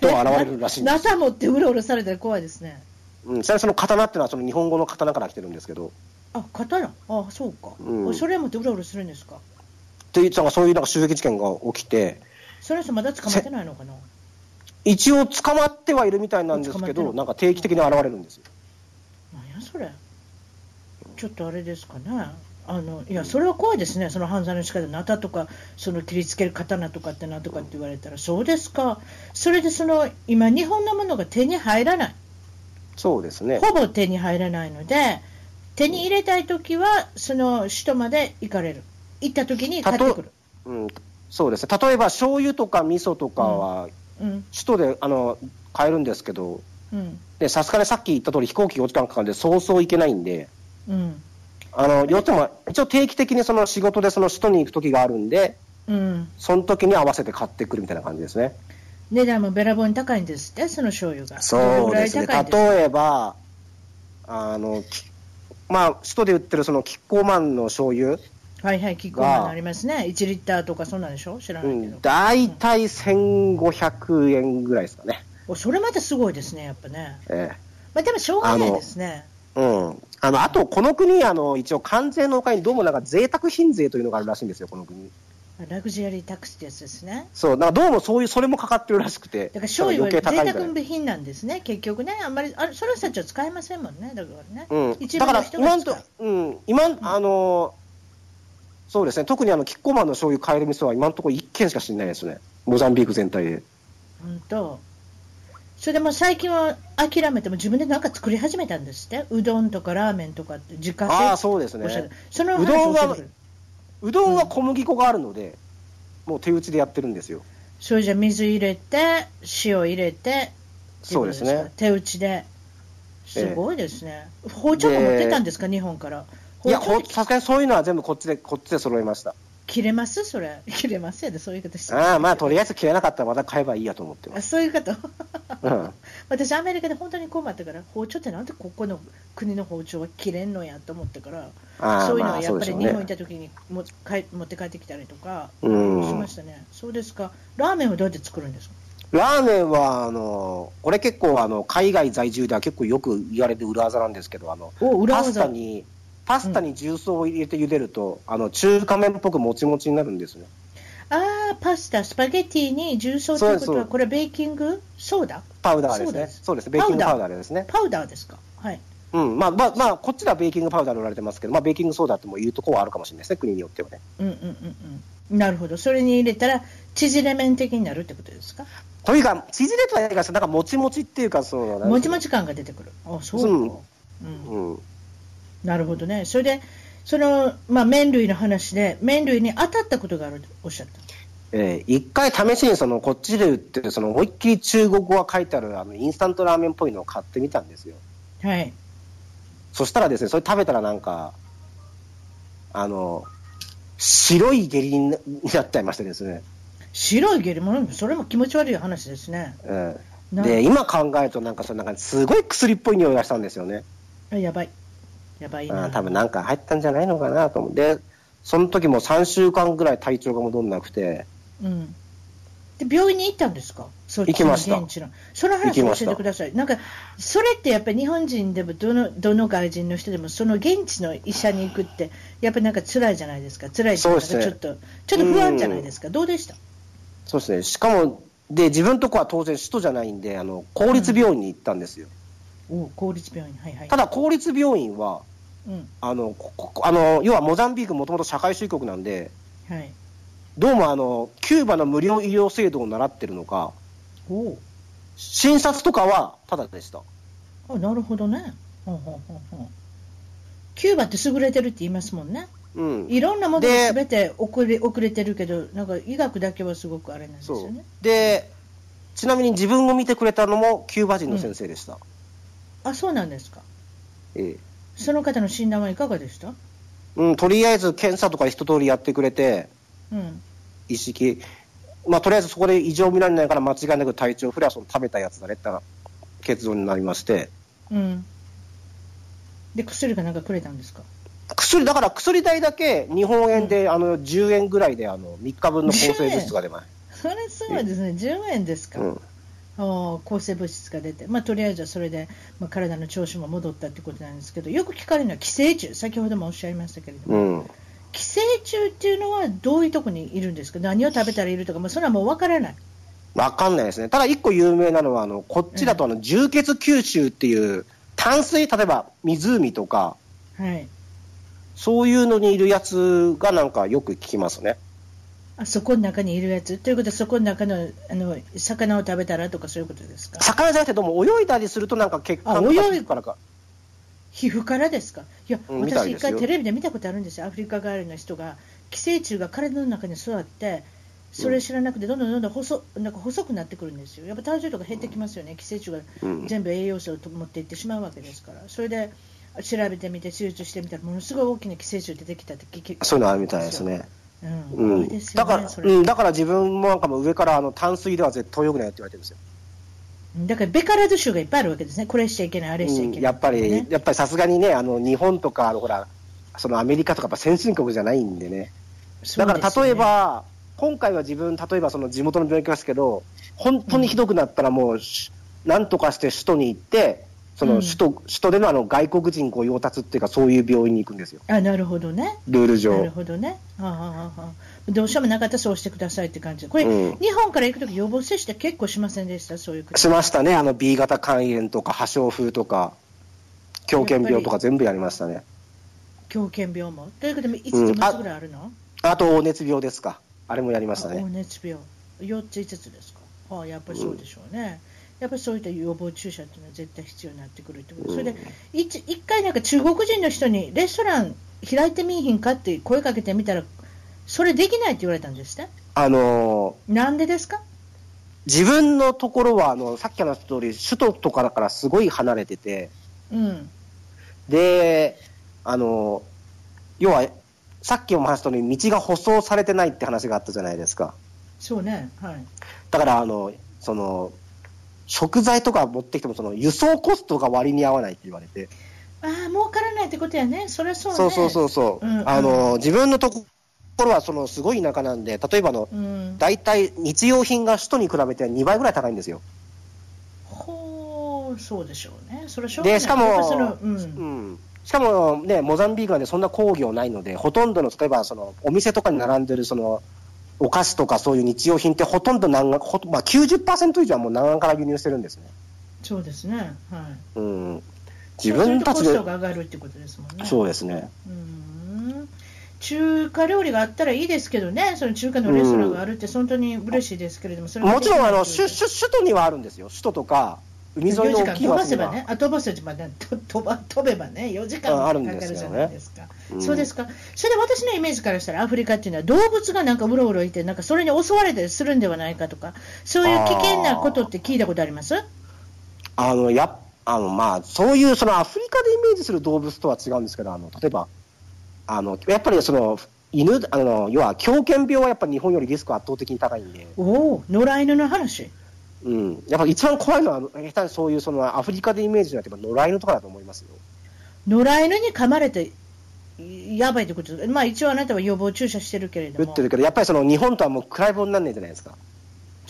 B: と現れるらしいんで す。
A: な持ってうろうろされたら怖いですね。
B: うん、ちなみにその刀っていうのはその日本語の刀から来てるんですけど、
A: あ、刀。あ、そうか。
B: うん
A: それ持ってうろうろするんですか。
B: というなんかそういうなんか襲撃事件が起きて、
A: それ人まだ捕まってないのかな。
B: 一応捕まってはいるみたいなんです
A: 捕まっ
B: け
A: てる
B: ど、なんか定期的に現れるんですよ。
A: なんやそれ。ちょっとあれですかね。あのいやそれは怖いですね、その犯罪の仕方なたとか、その切りつける刀とかってなんとかって言われたら、そうですか、それでその今、日本のものが手に入らない、
B: そうですね。
A: ほぼ手に入らないので、手に入れたいときは、その首都まで行かれる、行ったときに買ってくる、
B: うん、そうですね、例えば醤油とか味噌とかは、
A: うん
B: 首都であの買えるんですけど、
A: うん
B: でさすがにさっき言った通り、飛行機4時間かかるんで、そうそう行けないんで、
A: うん
B: あの要するに、一応定期的にその仕事でその首都に行く時があるんで、
A: うん、
B: その時に合わせて買ってくるみたいな感じですね。
A: 値段もべらぼうに高いんですって、その醤油が。
B: そうですね、
A: どれぐらい高いんですか
B: 例えば、あのきまあ、首都で売ってるそのキッコーマンの醤油、
A: はいはい、キッコーマンありますね、1リッターとかそんなんでしょ、知ら
B: う
A: ないけど
B: ん、。大体1500円ぐらいですかね。
A: おそれまたすごいですね、やっぱね。
B: ええ
A: まあ、でもしょうがないですね。
B: うん、あのあと、この国あの、一応、関税の他にどうもなんか贅沢品税というのがあるらしいんですよ、この国。
A: ラグジュアリータックスってやつですね。
B: そう、なんかどうもそういう、それもかかってるらしくて、
A: だから醤油は贅
B: だから余計高いん
A: 沢
B: じ
A: 部品なんですね、結局ね、あんまり、あそれたちは使えませんもんね、だからね。
B: ゃないうん、
A: 一
B: だ
A: 部の
B: から
A: 人
B: 今
A: が
B: ん
A: 使う
B: と、うん、今ん、あのそうですね、特にあのキッコーマンの醤油買える店は、今のところ1軒しか知らないですね、モザンビーク全体で。
A: 本当。それでも最近は諦めても自分でなんか作り始めたんですって、うどんとかラーメンとかって自家製
B: ああ、そうです
A: おっしゃる
B: ね、
A: その話を
B: うどんは
A: 教えてくれる
B: うどんは小麦粉があるので、もう手打ちでやってるんですよ。
A: それじゃ水入れて、塩入れて、ってい
B: そう
A: こと
B: です
A: か
B: ね。
A: 手打ちで、すごいですね、包丁も持ってたんですか、日本から。
B: いや、
A: 包
B: ほ
A: 丁
B: さすがにそういうのは全部こっちで、こっちで揃えました。
A: 切れますそれ。 切れますよね、そういうことして
B: ああまあとりあえず切れなかったらまた買えばいいやと思ってま
A: あ
B: す。
A: そういうこと
B: うん、
A: 私、アメリカで本当に困ったから、包丁ってなんでここの国の包丁は切れんのやと思ったから、
B: ああ
A: そういうの
B: ま
A: は
B: あ
A: や
B: そ
A: っ
B: う
A: ぱ
B: で
A: り
B: しょう
A: 日本にいた
B: ね。
A: 時にもかい持って帰ってきたりとかし
B: うん、
A: ま
B: ラ
A: したね、そうですか、ラーメンはどうやって作るんですか
B: ーメンはあのこれ結構あの海外在住では結構よく言われる裏技なんですけどあの
A: お裏
B: パスタ
A: 技
B: にパスタに重曹を入れて茹でると、あの中華麺っぽくもちもちになるんですね。
A: あーパスタ、スパゲティに重曹と
B: そ
A: い
B: う
A: う
B: で
A: こ
B: す
A: とは、
B: そう
A: これはベーキングソーダ
B: パウダーです
A: そうで
B: ね。
A: す
B: そうですベーキングパウダーですね。
A: パウダーですか、はい、
B: うんまあまあまあこっちではベーキングパウダーで売られてますけど、まあベーキングソーダっても言うとこはあるかもしれないですね国によってはね。
A: うんうんうんうん、なるほど、それに入れたら、縮れ麺的になるってことですか、
B: というか縮れとは言いますなんかもちもちっていうかその
A: もちもち感が出てくる、あそうか、うん
B: うん。
A: なるほどね、それで、その、まあ、麺類の話で、麺類に当たったことがあるとおっしゃった。
B: えー一回試しにそのこっちで売ってるその思いっきり中国語が書いてあるあのインスタントラーメンっぽいのを買ってみたんですよ
A: はい、
B: そしたらですね、それ食べたらなんか、あの、白い下痢になっちゃいましてですね。
A: 白い下痢も、それも気持ち悪い話ですね。
B: うん
A: な
B: で、今考えるとなんかそのなんかすごい薬っぽい匂いがしたんですよね。
A: あやばい。やばい
B: あ
A: な。
B: ー多分なんか入ったんじゃないのかなと思って、その時も3週間ぐらい体調が戻んなくて、
A: うん。で、病院に行ったんですかそっち
B: 行きました
A: の現地の。その話
B: 行き
A: を
B: ま
A: 教
B: し
A: え
B: た
A: てください。なんか、それってやっぱり日本人でも、どの、どの外人の人でも、その現地の医者に行くって、やっぱりなんか辛いじゃないですか。辛いし、
B: そ
A: な
B: う
A: ん
B: で
A: か
B: す
A: ち
B: ね
A: ょっと、ちょっと不安じゃないですか。どうでした
B: そうですね、しかも、で、自分とこは当然首都じゃないんで、あの、公立病院に行ったんですよ。
A: おう公立病院。はいはい。
B: ただ、公立病院は、
A: うん。
B: あの、ここあの要はモザンビークもともと社会主義国なんで、
A: はい。
B: どうもあの、キューバの無料医療制度を習ってるのか、
A: おう
B: 診察とかはただでした。
A: あ、なるほどね。ほんほんほんほん。キューバって優れてるって言いますもんね。
B: うん。
A: いろんなもの
B: で
A: が全て遅れ遅れてるけど、なんか医学だけはすごくあれなんです
B: そ
A: よ
B: う
A: ね。。
B: で、ちなみに自分を見てくれたのもキューバ人の先生でした。
A: あ、そうなんですか。
B: ええ
A: その方の診断はいかがでした
B: うん、とりあえず検査とか一通りやってくれて、
A: うん。
B: 意識、まあ、とりあえずそこで異常見られないから間違いなく体調不良はその食べたやつだねって結論になりまして、
A: うん。で、薬がなんかくれたんですか
B: 薬、だから薬代だけ日本円で、あの10円ぐらいであの3日分の抗生物質が出ます。
A: それそうですね、10円ですか、
B: うん、
A: おー抗生物質が出て、まあ、とりあえずはそれで、まあ、体の調子も戻ったってことなんですけど、よく聞かれるのは寄生虫、先ほどもおっしゃいましたけれども、
B: うん、
A: 寄生虫っていうのはどういうとこにいるんですか、何を食べたらいるとか、まあ、それはもう分からない。
B: わかんないですね。ただ一個有名なのは、あの、こっちだとあの、重血吸収っていう、淡水、例えば湖とか、
A: はい、
B: そういうのにいるやつがなんかよく聞きますね。
A: あそこの中にいるやつということは、そこの中のあの魚を食べたらとか、そういうことですか。
B: 魚じゃなくて、どうも泳いだりするとなんか血管
A: あ
B: と
A: 泳い
B: かするからか。
A: 皮膚からですかいや、
B: うんみた
A: 私
B: い
A: 一
B: ですよ
A: 回テレビで見たことあるんですよアフリカ帰りの人が寄生虫が体の中に座ってそれ知らなくてどんどんどんどん細なんか細くなってくるんですよやっぱ体重とか減ってきますよね寄生虫が
B: うん
A: 全部栄養素を持っていってしまうわけですからそれで調べてみて手術してみたらものすごい大きな寄生虫出てきたって聞き
B: そういうのあるみたいですね。
A: うん、
B: う
A: 怖い
B: ん
A: ですよ
B: だ
A: ね
B: から、
A: それ
B: うん、だから自分もなんかもう上からあの淡水では絶対泳ぐなよって言われてるんですよ。
A: だからベカラド臭がいっぱいあるわけですねこれしちゃいけないあれしちゃいけなんい、
B: うやっぱり
A: ね、
B: やっぱりさすがにね、あの日本とか、あのほら、そのアメリカとかやっぱ先進国じゃないんでね。
A: そ
B: だ
A: うですよね
B: から例えば、今回は自分、例えばその地元の病院行きますけど、本当にひどくなったらもう、しなんとかして首都に行って、そ
A: うん
B: の首都,、首都でのあの外国人御用達っていうか、そういう病院に行くんですよ、
A: あなるほどね
B: ルール
A: なる
B: 上。
A: ほどね。ああああああどうしてもなかったらそうしてくださいって感じで。これ、
B: うん
A: 日本から行くとき予防接種って結構しませんでした、そういう国
B: しましたね、あの B 型肝炎とか、破傷風とか、狂犬病とか、全部やりましたね。
A: 狂犬病も。ということで、いつ
B: うん
A: 5
B: あ
A: つぐらいあるの、
B: あと、黄熱病ですか、あれもやりました
A: あ黄
B: ね。
A: 熱病。4つ、5つですか。ああ、やっぱりそうでしょうね。やっぱりそういった予防注射っていうのは絶対必要になってくるってこと、それで一一回なんか中国人の人にレストラン開いてみいひんかって声かけてみたらそれできないって言われたんですね
B: あのー
A: なんでですか
B: 自分のところはあの、さっき話した通り、首都とかだからすごい離れてて、
A: うん
B: で、あの、要は、さっきも話したように、道が舗装されてないって話があったじゃないですか。
A: そうねはい
B: だから、あの、その、食材とか持ってきても、その、輸送コストが割に合わないって言われて。
A: ああ、儲からないってことやね。そりゃそうね。
B: そうそうそうそう。
A: うんうん
B: あの、自分のところは、その、すごい田舎なんで、例えばあの、
A: うん。
B: 大体日用品が首都に比べて2倍ぐらい高いんですよ。
A: ほう、そうでしょうね。それしょうがない。
B: で、しか
A: やっぱ
B: も、
A: そのう。
B: うんんしかもね、モザンビークなんでそんな工業ないので、ほとんどの、例えばその、お店とかに並んでる、その、お菓子とかそういう日用品ってほとんど南岸、ほとまあ、90%以上はもう南岸から輸入してるんですね。
A: そうですね。はい。
B: うん。自分たち
A: そうするとコスト、
B: で
A: が上がるってことですもんね。う。
B: そうですね。
A: ん。中華料理があったらいいですけどね。その中華のレストランがあるって本当に嬉しいですけれども、それが
B: もちろん、あ
A: で
B: の、
A: きない
B: 首首
A: という
B: 首都にはあるんですよ。首都とか、海沿いの
A: 4時
B: 大
A: 間
B: きい
A: 飛ば
B: 町
A: せ
B: に
A: ば
B: は。
A: ね、あ飛ばせばね、と飛ば飛べばね、4時間
B: ああ
A: か
B: るん
A: か
B: ですよね
A: るじゃないですか。
B: うん
A: そうですか。それで私のイメージからしたら、アフリカっていうのは動物がなんかうろうろいて、なんかそれに襲われたりするんではないかとか、そういう危険なことって聞いたことあります？
B: あの、やっあの、まあ、そういう、そのアフリカでイメージする動物とは違うんですけど、あの、例えば、あの、やっぱりその、犬、あの、要は狂犬病はやっぱ日本よりリスク圧倒的に高いんで、
A: おお、野良犬の話。
B: うん。やっぱ一番怖いのは、下手にそういうそのアフリカでイメージするのは、やっぱ野良犬とかだと思いますよ。
A: 野良犬に噛まれて、いやばいってことまあ一応あなたは予防注射してるけれど
B: 打
A: も。
B: ってるけど、やっぱりその日本とはもう比べ物になんないじゃないですか。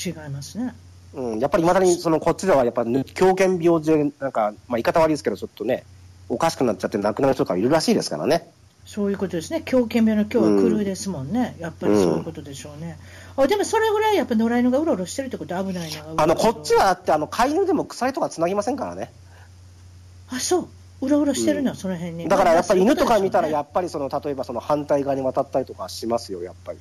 A: 違いますね。
B: うん、やっぱりいまだにそのこっちではやっぱぬ狂犬病でなんか、まあ、言い方悪いですけど、ちょっとね、おかしくなっちゃって亡くなる人とかいるらしいですからね。
A: そういうことですね。狂犬病の今日は狂いですもんね。やっぱりそういうことでしょうね。あでもそれぐらいやっぱ野良犬がうろうろしてるってこと危ないのが
B: あのこっちはだってあの飼い犬でも鎖とかつなぎませんからね。
A: あそううろうろしてるの、その辺に
B: だからやっぱり犬とか見たらや
A: あ
B: っぱりその例えばその反対側に渡ったりとかしますよやっぱり。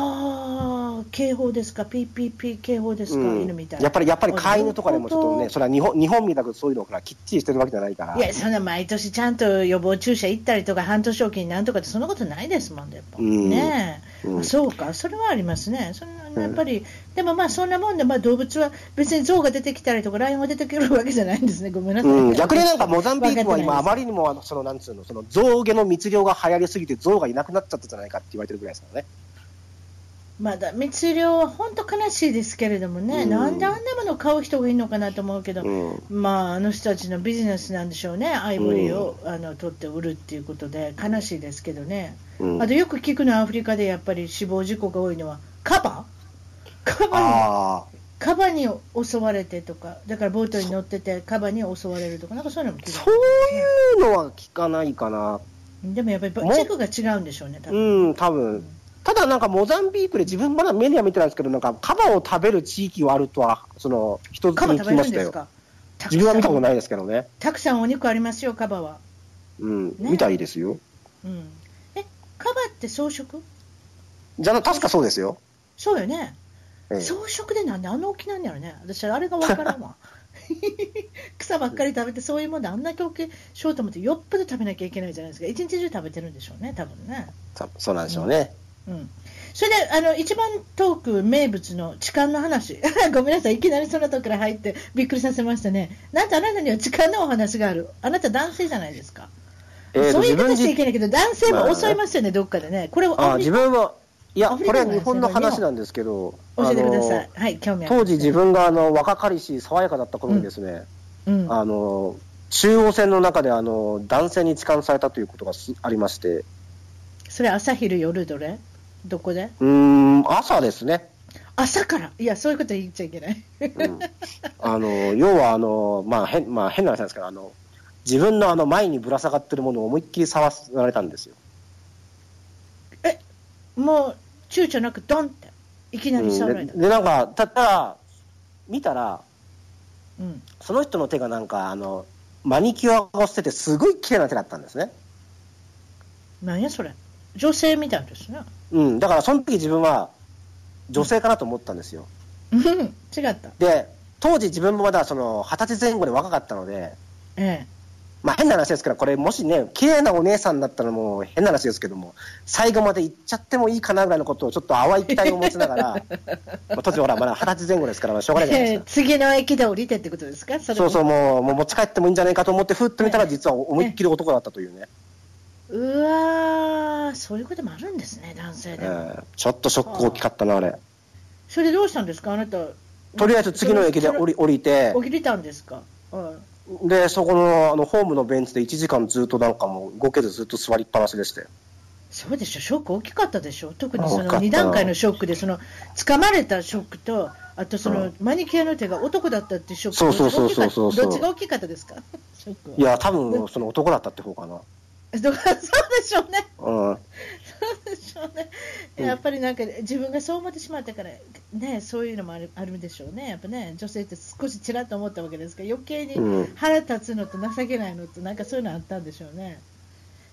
A: あー警報ですか PPP 警報です
B: う
A: か、
B: ん
A: 犬みたいな
B: やっぱりやっぱり飼い犬とかでもちょっと
A: なる
B: ね、それは日本日本みたくそういうのからきっちりしてるわけじゃないから
A: ほど。いやそんな毎年ちゃんと予防注射行ったりとか半年おきになんとかってそんなことないですもんねやっぱ、
B: うん
A: ねえ、
B: うん
A: あそうかそれはありますねそんなやっぱり、でもまあそんなもんで、まあ、動物は別に象が出てきたりとかライオンが出てくるわけじゃないんですねごめんなさい、
B: うん、逆になんかモザンビークは今、あ
A: わか
B: ま
A: ってないです
B: りにもあのそのなんつうのその象牙の密漁が流行りすぎて、象がいなくなっちゃったじゃないかって言われてるぐらいですからね。
A: まだ密漁は本当悲しいですけれどもね、
B: うん
A: なんであんなもの買う人がいるのかなと思うけど、
B: うん
A: まあ、あの人たちのビジネスなんでしょうね、アイボリーを、あの取って売るっていうことで、悲しいですけどね、
B: うん
A: あとよく聞くのは、アフリカでやっぱり死亡事故が多いのは、カバカバに
B: あ
A: カバに襲われてとか、だからボートに乗ってて、カバに襲われるとか、なんかそういうのも
B: あ、
A: 聞
B: そういうのは聞かないかな、
A: く、でもやっぱりチェックが違うんでしょうね、多分
B: うん、多分ただなんかモザンビークで自分、まだメディア見てないんですけど、なんかカバを食べる地域はあるとは、その一つ
A: カバ
B: に
A: 食
B: 聞
A: べ
B: きま
A: るん
B: した
A: です
B: よ。
A: か、た
B: 自分は見たこ
A: くさ
B: と
A: ん
B: ないですけどね、
A: たくさんお肉ありますよ、カバは。
B: うん、
A: ね
B: みたいですよ。
A: うん、えカバって装飾
B: じゃあ、確かそうですよ。
A: そうよね、
B: ええ
A: 装飾でなんであんな大きなんやろね私あれがわからん わ草ばっかり食べてそういうもんであんなに大きいしようと思ってよっぽど食べなきゃいけないじゃないですか一日中食べてるんでしょうね多分ね
B: たそうなんでしょうね。
A: うんそれであの一番トーク名物の痴漢の話 ごめんなさいいきなりそのとこから入ってびっくりさせましたねなんとあなたには痴漢のお話があるあなた男性じゃないですか、
B: えーと
A: そういうことしちゃい
B: 自
A: けないけど男性
B: まあ
A: も
B: ね
A: 襲いますよねどっかでねこれを
B: あ
A: 教
B: ー自分は、いや、
A: アフリ
B: こ
A: カじ
B: れ
A: ゃ
B: は
A: ない
B: 日本の話なんですけど、
A: えてくだ
B: あ
A: さ
B: の
A: いはい興味あります
B: 当時自分があの若かりし爽やかだった頃にですね、
A: うん
B: あの中央線の中であの男性に痴漢されたということがすありまして
A: それ朝昼夜どれどこで
B: うーん朝ですね、
A: 朝からいやそういうこと言っちゃいけない
B: うん、あの要はあの、まあ変まあ、変な話なんですけどあの自分のあの前にぶら下がってるものを思いっきり触られたんですよ、
A: もう躊躇なくドンっていき
B: う
A: なり触られ
B: ん、で
A: た、
B: でなんかただ見たら
A: うん、
B: その人の手がなんかあのマニキュアをしててすごい綺麗な手だったんですね
A: なんやそれ女性みたいですね
B: うん、だからその時自分は女性かなと思ったんですよ。
A: うん違った
B: で、当時自分もまだその二十歳前後で若かったので、
A: ええ
B: まあ変な話ですから、これもしね、綺麗なお姉さんだったらもう変な話ですけども、最後まで行っちゃってもいいかなぐらいのことをちょっと淡い期待を持ち ながら、まあ当時ほら、まだ二十歳前後ですから、まあしょうがないじゃないですか。
A: 次の駅で降りてってことですかそれ
B: そうそう、
A: う
B: もうもう持ち帰ってもいいんじゃないかと思って、ふっと見たら実は思いっきり男だったというね、
A: うわーそういうこともあるんですね男性
B: え
A: で、
B: ーちょっとショック大きかったな、あれ。
A: それでどうしたんですかあなた
B: とりあえず次の駅で降り降りて、
A: 降りたんですか、うん
B: で、そこのあのホームのベンチで1時間ずっとなんかもう動けずずっと座りっぱなしでして。
A: そうでしょ、ショック大きかったでしょ、特にそ
B: 大きか
A: の
B: った
A: 2段階のショックで、その掴まれたショックと、あとそうの
B: ん
A: マニキュアの手が男だったっていうショック、
B: そうそうそうそうそうそ
A: ど
B: う
A: っちが大きかったどっちが大きかったですか、ショック
B: いや、多分その男だったって方かな。
A: は。だからそうでしょうね、
B: う
A: そ
B: ん。
A: うでしょうね、やっぱりなんか自分がそう思ってしまったから、ね、そういうのもあるあるんでしょうね、やっぱね、女性って少しちらっと思ったわけですから、余計に
B: うん
A: 腹立つのと情けないのと、なんかそういうのあったんでしょうね。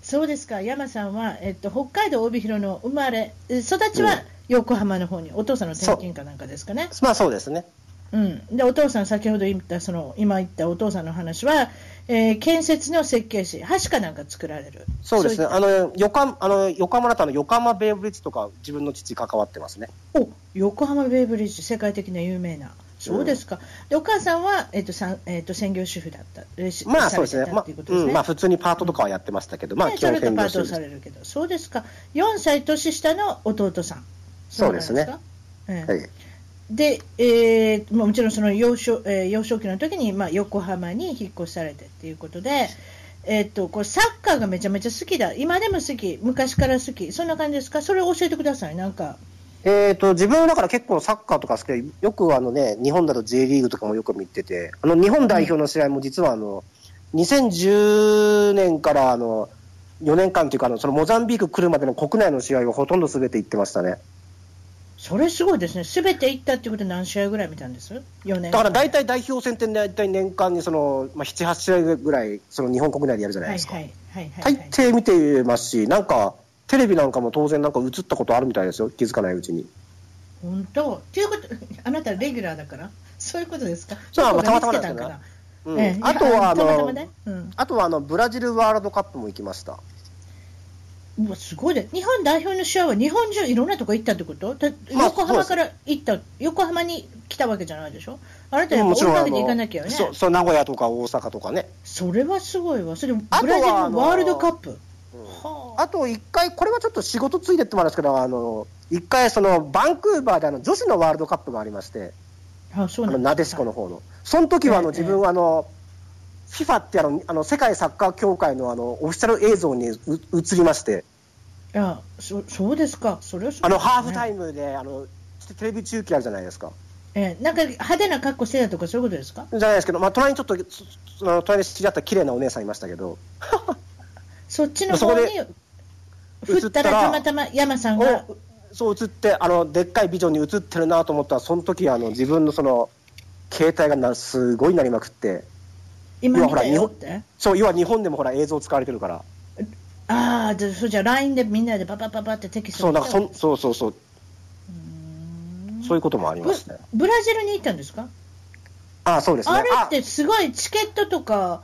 A: そうですか、山さんは、えっと、北海道帯広の生まれ、え育ち
B: うん
A: は横浜の方に、お父さんの転勤かなんかですかね。
B: まあそうですね。
A: うん、で、お父さん、先ほど言った、その、今言ったお父さんの話は、えー建設の設計士、橋かなんか作られる。
B: そうですね。
A: いった
B: あの、横浜、あの、横浜だとあの、横浜ベイブリッジとか自分の父関わってますね。
A: お、横浜ベイブリッジ、世界的な有名な。そうですか。で、お母さんは、えっ、と、さん、えっ、と、専業主婦だった。レシ
B: まあ
A: さ
B: そう
A: れ
B: で
A: て
B: すね
A: た
B: ま
A: っていうこと
B: う
A: ですね。
B: んまあ普通にパートとかはやってましたけど、まあ
A: ね
B: 基
A: そ
B: 本
A: れと
B: 専
A: パ
B: 業
A: ートを
B: 主婦で
A: さ
B: す
A: れるけど、そうですか。4歳年下の弟さん。
B: そうですね
A: なんですか。
B: は
A: ええ
B: い
A: で、えー、もうもちろんその幼少、えー幼少期の時に、まあ、横浜に引っ越されてっていうことで、えーっと、これサッカーがめちゃめちゃ好きだ。今でも好き。昔から好き。そんな感じですかそれを教えてください。なんか。
B: えー、と自分はだから結構サッカーとか好きでよくあの、ね、日本だと J リーグとかもよく見ててあの日本代表の試合も実はあの2010年からあの4年間というかあのそのモザンビーク来るまでの国内の試合をほとんど全て行ってましたね
A: それすごいですね。すべて行ったっていうことで何試合ぐらい見たんです ?4 年。
B: だから大体代表戦って大体年間にその、まあ、78試合ぐらいその日本国内でやるじゃない
A: は
B: で
A: い
B: すか、
A: はいはいはい、はい
B: 大。抵見てますしなんかテレビなんかも当然なんか映ったことあるみたいですよ気づかないうちに。
A: 本当ということ、あなたレギュラーだから、そういうことですか、
B: そう
A: ちょっと
B: まあたまたま
A: 見つけんか
B: だ
A: な
B: うん
A: ええ
B: あとはあ
A: たまた
B: の
A: まね、うん
B: あとはあのブラジルワールドカップも行きました。
A: うわすごいで、日本代表の試合は日本中いろんなとこ行ったってこと、た
B: まあ
A: 横浜から行った、横浜に来たわけじゃないでしょ、あなたやっぱ追いかけていかなきゃよね、
B: そうそう名古屋とか大阪とかね、
A: それはすごいわ、それ、ブ
B: あとは
A: ラジルのワールドカップ、はあ
B: あと一回、これはちょっと仕事ついてってもらうんですけど、あの一回、そのバンクーバーであの女子のワールドカップがありまして、
A: あそう
B: あ
A: な
B: の
A: んだ
B: なでしこの方の、その時はあの
A: ええ
B: 自分はあの、FIFA ってあのあの世界サッカー協会のあのオフィシャル映像にう映りまして、
A: いやそ、そうですか、それはすご
B: あ
A: いで
B: の
A: すね
B: ハーフタイムであのテレビ中継あるじゃないですか。
A: ええなんか派手な格好してたとか、そういうことですか、
B: じゃないですけど、まあ、隣にちょっと、そその隣に知り合った綺麗なお姉さんいましたけど、
A: そっちの方に
B: そ
A: 振ったら、
B: 映ったら
A: たまたま山さんが。
B: おそう映ってあのでっかいビジョンに映ってるなと思ったらその時あの自分のその携帯がなすごいなりまくって
A: 今見た
B: いや
A: よ
B: ほら
A: って
B: そう要は日本でもほら映像使われてるから
A: ああじゃあそうじゃあ LINE でみんなでパパパパってテキスト
B: そうなんかそんそうそうそうそういうこともあり
A: ブ
B: ますね
A: ブラジルに行ったんですか
B: あそうですね
A: あれってすごいチケットとか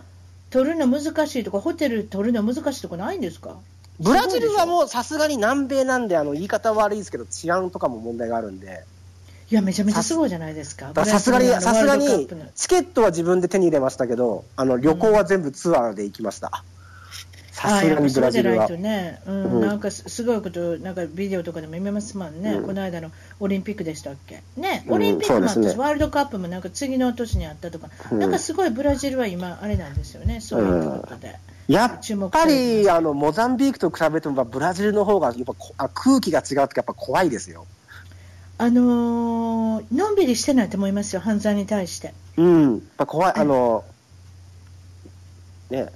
A: 取るの難しいとかホテル取るの難しいとかないんですか
B: あブラジルはもうさすがに南米なんであの言い方悪いですけど治安とかも問題があるんで
A: いやめちゃめちゃすごいじゃないですか
B: だからさすがに
A: ブラジル
B: さす
A: の
B: が
A: ワールドカッ
B: に
A: プの
B: チケットは自分で手に入れましたけどあの旅行は全部ツアーで行きましたさ
A: あー
B: す
A: やっ
B: が
A: ぱ
B: にブ
A: そう
B: ラ
A: で
B: ジル
A: ない
B: は
A: とね、うん
B: うん
A: なんかすすごいこと、なんかビデオとかでも見ますもんね、
B: うん
A: この間のオリンピックでしたっけ、ね、
B: うん
A: オリンピックもあったし、
B: そうですね
A: ワールドカップもなんか次の年にあったとか、
B: うん
A: なんかすごいブラジルは今、あれなんですよね、そういうところで。
B: やっぱ
A: 注目されて
B: りあのモザンビークと比べてもブラジルの方がやっぱこあ空気が違うとやっぱ怖いですよ。
A: あのーのんびりしてないと思いますよ、犯罪に対して。
B: うん、やっぱ怖い
A: うん
B: あの、ね、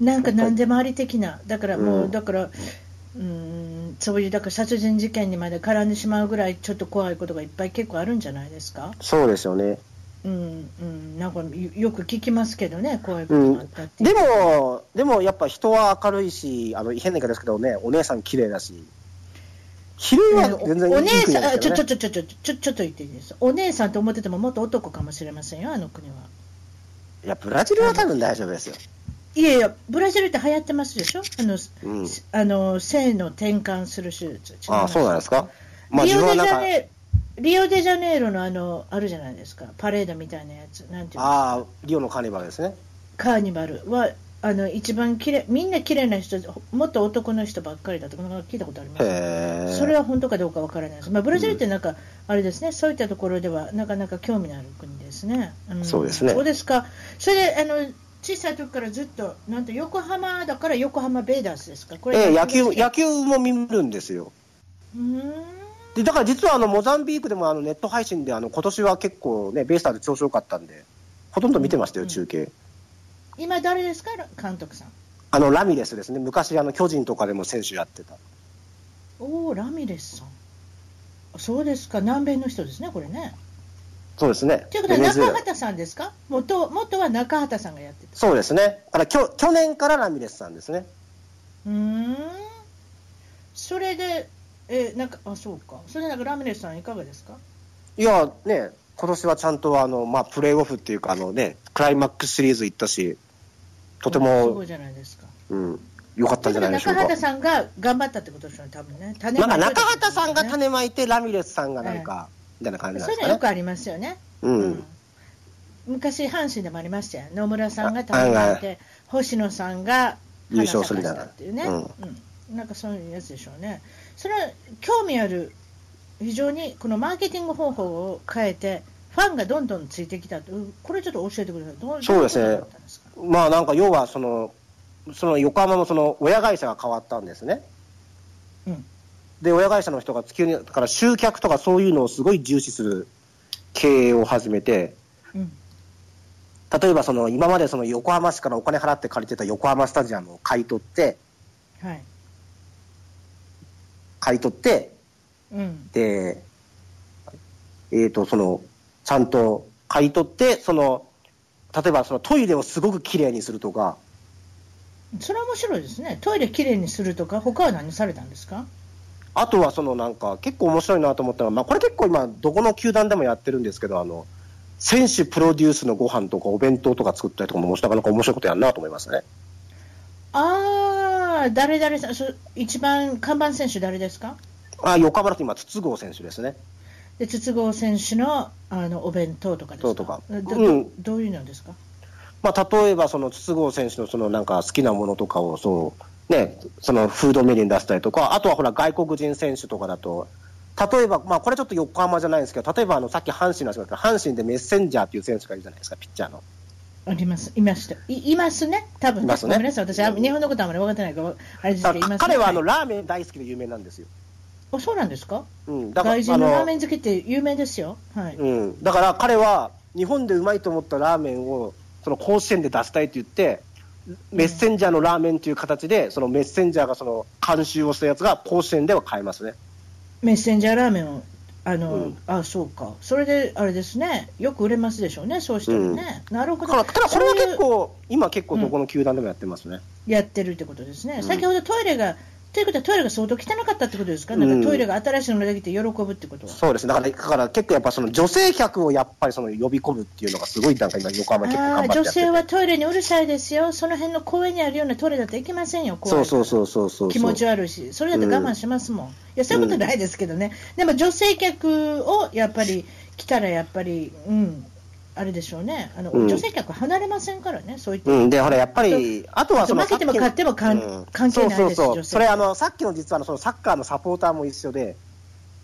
A: なんか何でもあり的な、だからもう、
B: うん
A: だから、うーん、そういう、だから殺人事件にまで絡んでしまうぐらい、ちょっと怖いことがいっぱい結構あるんじゃないですか。
B: そうですよね。
A: うんうん、なんかよよく聞きますけどね、怖いことがあったっていう、
B: でもでもやっぱ人は明るいし、あの変な言い方ですけどね、お姉さん綺麗だし、比例は全然
A: おお
B: いい
A: 姉
B: 国
A: さん、
B: で
A: あ
B: す
A: ち
B: よ
A: ょちょ
B: ね。
A: ちょちょちょちょちょっと言っていいです、お姉さんと思ってても、元男かもしれませんよ、あの国は。
B: いやブラジルは多分大丈夫ですよ。
A: いやいや、ブラジルって流行ってますでしょ、あの、
B: うん。
A: あの性の転換する手術、
B: あそうなんですか。まあ
A: リ
B: 自
A: オ
B: 分は
A: デジ
B: なん
A: ャネ
B: か
A: リオデジャネイロのあの、あるじゃないですか、パレードみたいなやつ、なんていうの、
B: あーリオのカーニバルですね。
A: カーニバルは、あの一番きれみんな綺麗な人、元男の人ばっかりだとか、なんか聞いたことあります
B: へえ。
A: それは本当かどうかわからないです。まあ、ブラジルってなんか、あれですね、そういったところではなかなか興味のある国ですね。ん
B: そうですね
A: そうですか。それで、あの、小さい時からずっと、なんと横浜だから横浜ベイダースですか。これ、
B: ええ野球野
A: 球。
B: 球も見るんですよ。
A: うーん。
B: でだから実はあのモザンビークでもあのネット配信であの今年は結構ねベイスターズ調子良かったんでほとんど見てましたよ、
A: うん
B: 中継
A: 今誰ですか、監督さん。
B: あのラミレスですね昔あの巨人とかでも選手やってた
A: おお、ラミレスさん。そうですか、南米の人ですね、これね。
B: そうですね
A: ということは、
B: ベネズエ
A: 中
B: ラ
A: 畑さんですか。元、元は中畑さんがやってた。
B: そうですねだからきょ去年からラミレスさんですね
A: うーんそれで、えなんか、あ、そうか。それでなんかラミレスさんいかがですか
B: いやね今年はちゃんとあの、まあ、プレーオフっていうかあの、ね、クライマックスシリーズ行ったしとて
A: す
B: も
A: ごいじゃないですか。
B: うん、良かっ
A: と
B: た
A: い
B: ん
A: う
B: じ
A: こ
B: ゃ
A: と
B: ない
A: で
B: でしょ
A: 中
B: う
A: 畑
B: か
A: さんが頑張ったってことでしょうね、多分ね。種
B: な
A: ま
B: ん
A: い
B: か
A: てたってこと
B: 中
A: で
B: 畑
A: すよ
B: さん
A: ね
B: が種まいてラミレスさんがなんか、みたいな感じなん
A: そう
B: で
A: いう
B: すか
A: のよ
B: ね
A: くありますよね。
B: うん。
A: 昔、阪神でもありましたよ、野村さんが倒れて、星野さんが
B: 優勝するみたいな
A: 花咲かせっていうね、
B: う
A: うんなんかそういうやつでしょうね、それは興味ある、非常にこのマーケティング方法を変えて、ファンがどんどんついてきたと、うんこれちょっと教えてください、どう
B: そうですね
A: どいことだったんですか
B: まあなんか要はその、その横浜もその親会社が変わったんですね。
A: うん
B: で、親会社の人が月に、だから集客とかそういうのをすごい重視する経営を始めて、
A: うん
B: 例えばその今までその横浜市からお金払って借りてた横浜スタジアムを買い取って、
A: はい
B: 買い取って、
A: うん
B: で、えっ、と、その、ちゃんと買い取って、その、例えばそのトイレをすごくきれいにするとか、
A: それは面白いですね、トイレきれいにするとか、他は何されたんですか、
B: あとはそのなんか結構面白いなと思ったのは、まあ、これ結構今どこの球団でもやってるんですけどあの選手プロデュースのご飯とかお弁当とか作ったりとかもなかなか面白いことやるなと思いますね
A: あー、誰々さん、そ一番看板選手、誰ですか
B: あ横浜の人今筒香選手ですね
A: で筒香選手のあのお弁当とかですか
B: そうとか
A: ど
B: うん
A: どういうのですか、
B: まあ、例えばその筒香選手のそのなんか好きなものとかをそう、ね、そのフードメニューに出したりとか、あとはほら外国人選手とかだと、例えば、まあ、これちょっと横浜じゃないんですけど、例えばあのさっき阪神の話があったけど、阪神でメッセンジャーっていう選手がいるじゃないですか、ピッチャーの。
A: あります、いました、いいますね、多分
B: いますね
A: ごめんなさい、私、あ日本のことあまり分かってないから、あれです
B: だ
A: け
B: か
A: ど、いま
B: ら
A: すね
B: 彼はあの
A: い
B: ラーメン大好きで有名なんですよ。
A: あそうなんですか
B: うん、だから
A: 外人の
B: あ
A: ラーメン好きって有名ですよ、はい
B: うん、だから彼は日本でうまいと思ったラーメンをその甲子園で出したいと言って、メッセンジャーのラーメンという形で、そのメッセンジャーがその監修をしたやつが甲子園では買えますね。
A: メッセンジャーラーメンを、あの、
B: うん
A: あそうか、それであれですね、よく売れますでしょうね、そうしたらね、なるほ
B: だ
A: ど、
B: からただこれは結
A: そういう
B: 構、今結構どこの球団でもやってますね。
A: やってるってことですね、
B: うん
A: 先ほどトイレが、ということはトイレが相当汚かったってことですか、なん
B: うん
A: かトイレが新しいのができて喜ぶってことは。
B: そうですね。だからだから結構やっぱその女性客をやっぱりその呼び込むっていうのがすごいなんか今横浜結構
A: あ
B: 頑張
A: あ
B: ってや
A: 女
B: ってて。
A: 性はトイレにうるさいですよ、その辺の公園にあるようなトイレだと行きませんよ、公園
B: そうそうそうそうそう。
A: 気持ち悪いし、それだって我慢しますもん、いやそういうことないですけどね、でも女性客をやっぱり来たら、やっぱり、うん、あれでしょうね、あの
B: うん
A: 女性客離れませんからね、そういった、
B: うん、で、ほら、やっぱり、あとはその、
A: 負けても
B: さっきの
A: 勝っても関関係ないです
B: そうそうそ
A: 女
B: う。
A: 性
B: それ、あの、さっきの実はあの、そのサッカーのサポーターも一緒で、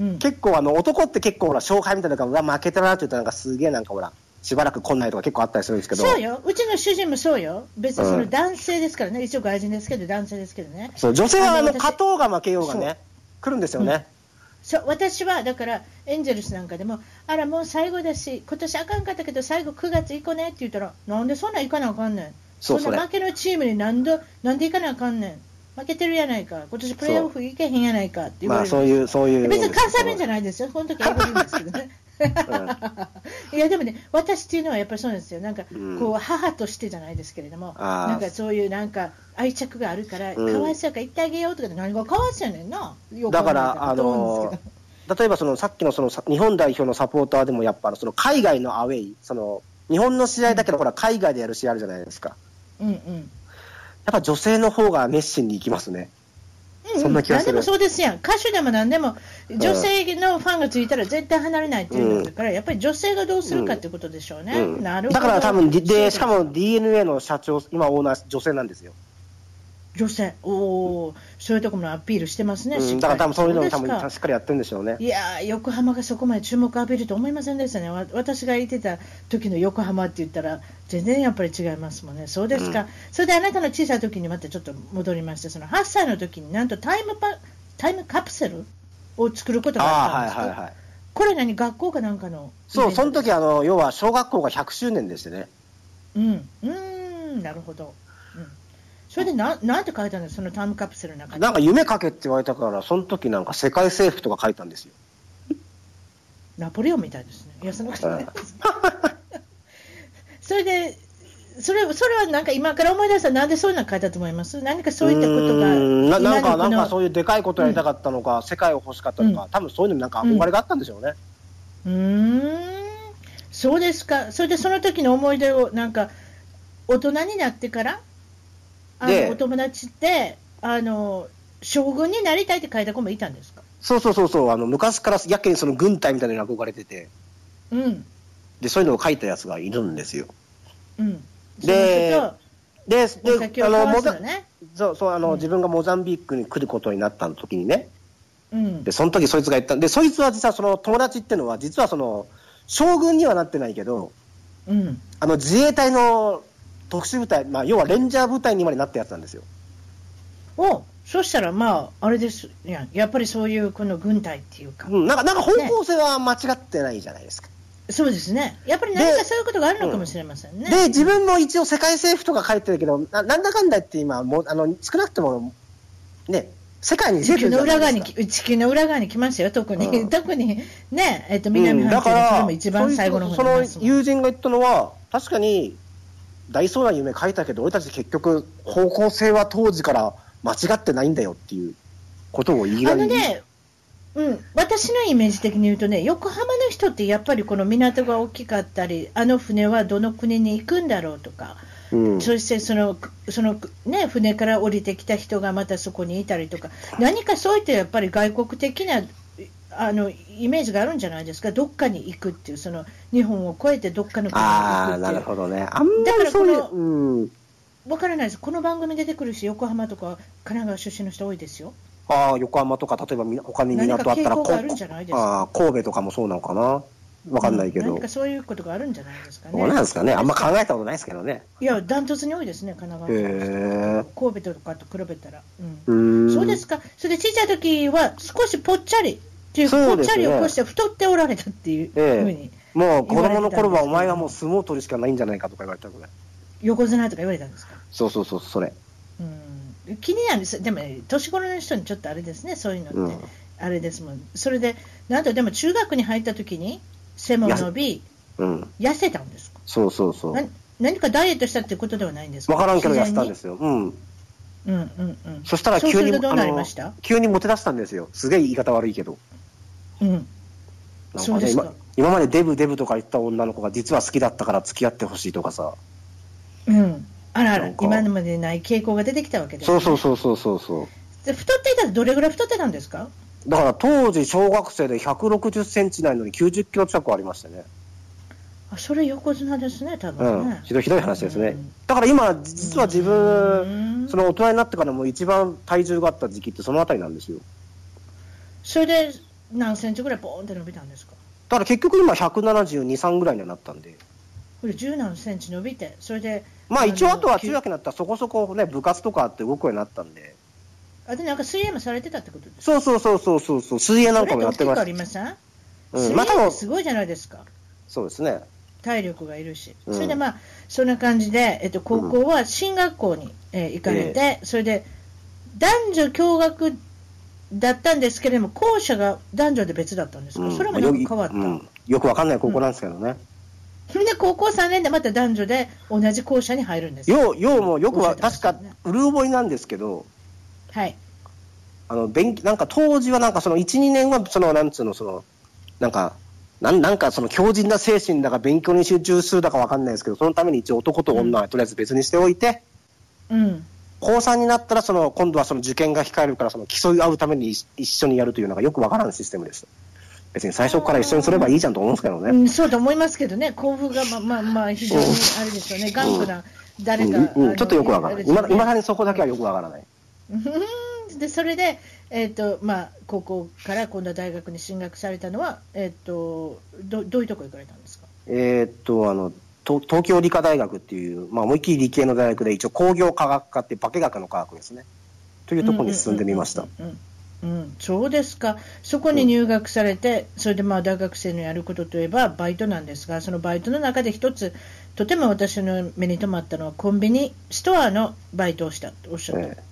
A: うん、
B: 結構あの、男って結構ほら、勝敗みたいなのが、うわ、負けたなって言ったら、なんかすげえなんかほら、しばらく来ないとか結構あったりするんですけど、
A: そうよ、うちの主人もそうよ、別にそうの
B: ん
A: 男性ですからね、一応外人ですけど、男性ですけどね、
B: そう女性はあ
A: あの
B: の、
A: 私
B: 勝とうが負けようがね、来るんですよね。
A: そう私はだからエンゼルスなんかでもあらもう最後だし今年あかんかったけど最後9月行こうねって言ったらなんでそんなん行かなあかんねん
B: そう
A: そん
B: そ
A: な
B: れ
A: 負けのチームになんでなんで行かなあかんねん負けてるやないか今年プレーオフ行けへんやないかって言われ
B: まあ、
A: る、
B: そういう、そういう。
A: 別に関西弁じゃ
B: ない。
A: ないですよこの時は英語でいいんですけど ねいやでもね私っていうのはやっぱりそうなんですよなんかこ
B: う
A: う
B: ん
A: 母としてじゃないですけれども、
B: あー
A: なんかそういうなんか愛着があるから、
B: うん
A: かわいそうやから行ってあげようとかで何がかわいそうやねんなよく
B: だ
A: わ
B: か
A: んない
B: ら、あ
A: と思うんです
B: の
A: けど、
B: 例えばその、さっきのその、さ日本代表のサポーターでも、やっぱあの、その、海外のアウェイ、その、日本の試合だけど、ほら、海外でやる試合あるじゃないですか。
A: うんうん
B: やっぱ女性の方が熱心に行きますね。
A: うん
B: そんな気が
A: 何
B: する
A: でもそうですやん、歌手でも何でも、女性のファンがついたら絶対離れないっていうのだから、やっぱり女性がどうするかってことでしょうね、
B: うん
A: なるほど
B: だから多分、でで、しか、
A: そう
B: も
A: だ
B: DNA の社長、今オーナー女性なんですよ。
A: 女性、おーそういうところもアピールしてますね、
B: う
A: しっ
B: ん、
A: か
B: だ
A: り
B: から多分そういうのも多
A: そうですか
B: 分しっかりやってるんでしょうね。
A: いやー横浜がそこまで注目浴びると思いませんでしたね、わ私がいてた時の横浜って言ったら、全然やっぱり違いますもんね、そうですか、
B: うん
A: それであなたの小さい時にまたちょっと戻りまして、その8歳の時になんとタイムパタイムカプセルを作ることがあったん
B: あ
A: で
B: あ、
A: すか、
B: はいはいはい。
A: これ何、学校かなんかのイベン
B: そ
A: ト
B: う、その時あの、要は小学校が100周年でしてね。
A: うん、うーん、なるほど、うん、それでななんて書いたんですそのタイムカプセルの中に。
B: なんか夢かけって言われたから、その時なんか世界征服とか書いたんですよ。
A: ナポレオンみたいですね。いや、そんなことないです。 それで、それそれはなんか今から思い出したら、なんでそういうの書いたと思います何かそういったことが、
B: うーんななん
A: 今
B: か、
A: のこ
B: なん
A: の
B: かそういうでかいことやりたかったのか、世界を欲しかったのか、多分そういうのになんか憧れがあったんでしょうね。
A: うーん、そうですか、それでその時の思い出を、なんか、大人になってから、あ
B: で
A: のお友達ってあの、将軍になりたいって書いた子もいたんですか、
B: そうそうそうそう、あの、昔からやけにその軍隊みたいなのに憧れてて。
A: うん、
B: で、そういうのを書いたやつがいるんですよ。
A: うん。
B: で
A: その人
B: で、
A: とお
B: で
A: 酒を交わ
B: モ
A: す
B: ザ
A: のね。
B: そうそうあの、
A: うん
B: 自分がモザンビークに来ることになった時にね、
A: うん
B: で、。その時そいつが言ったんで、そいつは実はその友達ってのは、実はその、将軍にはなってないけど、
A: うん。
B: あの自衛隊の特殊部隊、まあ、要はレンジャー部隊にまでなったやつなんですよ。
A: おそしたら、まあ、あれですやん、やっぱりそういうこの軍隊っていうか、
B: うん、なんか、なんか方向性は間違ってないじゃないですか。
A: そうですね、やっぱり何かそういうことがあるのかもしれませんね。
B: で、自分も一応世界政府とか書いてるけど、ななんだかんだ言って今、もうあの少なくとも、ね、世界に出
A: 地
B: て
A: 球
B: るじ
A: の
B: ゃ
A: 裏
B: な
A: 側
B: い
A: に、
B: ですか。
A: 地球の裏側に来ましたよ、特に、
B: うん
A: 特にね、えっと南
B: うん
A: 半
B: だ
A: 球
B: か
A: のそれ
B: ら
A: も一番最後の方に
B: そ
A: い
B: の
A: ますもん
B: 友人が言ったのは、確かに大層な夢書いたけど、俺たち結局、方向性は当時から間違ってないんだよっていうことを言い
A: あ
B: なり
A: の
B: に
A: ね、うん、私のイメージ的に言うとね、横浜の人ってやっぱりこの港が大きかったり、あの船はどの国に行くんだろうとか、
B: うん、
A: そしてそのその、ね、船から降りてきた人がまたそこにいたりとか、何かそういったやっぱり外国的なあのイメージがあるんじゃないですか、どっかに行くっていう、その日本を越えてどっかの国に
B: ああ、
A: 行くっ
B: な
A: てい
B: る
A: う、
B: ほどね。あんまりそうい
A: だから
B: う
A: こ、
B: うん、
A: 分からないです、この番組出てくるし、横浜とか神奈川出身の人多いですよ。
B: ああ、横浜とか、例えばみ他に港あったら、
A: 何か傾向があるんじゃないですか
B: あー神戸とかもそうなのかな。わかんないけ
A: う
B: ど。
A: 何かそういうことがあるんじゃないですかね。
B: どうなんですかね。あんま考えたことないですけどね。
A: いや、ダントツに多いですね、神
B: へ
A: 奈川県
B: え。
A: 神戸とかと比べたら、うん
B: うーん。
A: そうですか、それで小さい時は少しぽっちゃりっていう、
B: そ
A: ぽ
B: う
A: っ
B: です
A: ちゃ
B: ね
A: りを起こして太っておられたっていうふ
B: ええ
A: うに、
B: もう子供の頃はお
A: 言われてたんですけど
B: 前はもう相撲取りしかないんじゃないかとか言われたぐらい。
A: 横綱とか言われたんですか。
B: そうそうそう、それ。
A: うん、気になるですでも年頃の人にちょっとあれですね、そういうのって、
B: うん
A: あれですもん、それで、なんとでも中学に入った時に背も伸び、
B: うん。
A: 痩せたんですか
B: そうそうそう。
A: な何かダイエットしたってことではないんですか、
B: わからんけど痩せたんですすよ。うん。
A: うんうんうん、
B: そしたら
A: そうす
B: 急
A: る
B: に、
A: とどうなりました、
B: 急にモテ出したんですよ。すげえ言い方悪いけど。
A: うん、
B: なん
A: そう
B: か
A: で
B: ね、
A: すか
B: 今今までデブデブとか言った女の子が実は好きだったから付き合ってほしいとかさ。
A: うん、あらあ
B: な
A: ら
B: ん、か
A: 今までにない傾向が出てきたわけです、
B: そうそうそうそうそうそう。
A: で太っていたらどれぐらい太ってたんですか
B: だから当時小学生で160センチないのに90キロ近くありましたね。
A: あそれ横綱ですね、多分
B: う
A: ね
B: ん。。ひどいひどい話です
A: う
B: ね
A: ん。
B: だから今、実は自
A: うん
B: 分、その大人になってからも一番体重があった時期ってそのあたりなんですよ。
A: それで何センチぐらいボーンって伸びたんですか
B: だから結局今172、3ぐらいにはなったんで。
A: これ十何センチ伸びて、それで、
B: まあ一応あとは中
A: きゅ
B: 学になったらそこそこね、部活とかあって動くようになったんで。
A: あでなんか水泳もされてたってことですか
B: そうそうそうそうそうそう、水泳なんかもやって
A: それ
B: ま
A: って大きくあ
B: し
A: りません、
B: た。う
A: 水
B: ん、まあ多
A: 泳って、
B: 分
A: すごいじゃないですか、
B: そうですね。
A: 体力がいるし、
B: うん
A: それでまあ、そんな感じで、えっと、高校は進学校に、えー行かれて、それで男女共学だったんですけれども、校舎が男女で別だったんですか、
B: うん
A: それもなんか変わった。
B: うんよくわかんない高校なんですけどね。
A: それで高校3年でまた男女で同じ校舎に入るんです。
B: よう、ようもよく
A: 教え
B: は、
A: てまし
B: 確
A: た
B: か
A: ね、
B: うる覚えなんですけど、
A: はい。
B: あの、勉強、なんか当時はなんかその1、2年はその、なんつうの、その、なんか、なんなんかその強靭な精神だか勉強に集中するだかわかんないですけど、そのために一応男と女はとりあえず別にしておいて、
A: うん。
B: 高3になったらその、今度はその受験が控えるからその競い合うために一一緒にやるというなんかよくわからんシステムです。別に最初から一緒にすればいいじゃんと思うんですけど
A: う
B: ね。
A: ん、そうと思いますけどね、甲府がまあまあ、まあ、非常にあれですよね、頑固な、
B: う
A: 誰
B: ん
A: か、
B: うん
A: あの
B: ちょっとよくわからない。いま
A: あ
B: だ
A: れです
B: い
A: よ
B: ま
A: ね
B: だにそこだけはよくわからない。
A: うんでそれで、えっとまあ、高校から今度は大学に進学されたのは、えっとどどういうとこ行かれたんですか、
B: えーっと、あの、と東京理科大学っていう、まあ、思いっきり理系の大学で、一応工業科学科っていう化学の科学ですね。というところに進んでみました。
A: うんうんうんうんうんそうですか、そこに入学されて、それでまあ大学生のやることといえばバイトなんですが、そのバイトの中で一つ、とても私の目に留まったのは、コンビニストアのバイトをしたとおっしゃった。
B: ええ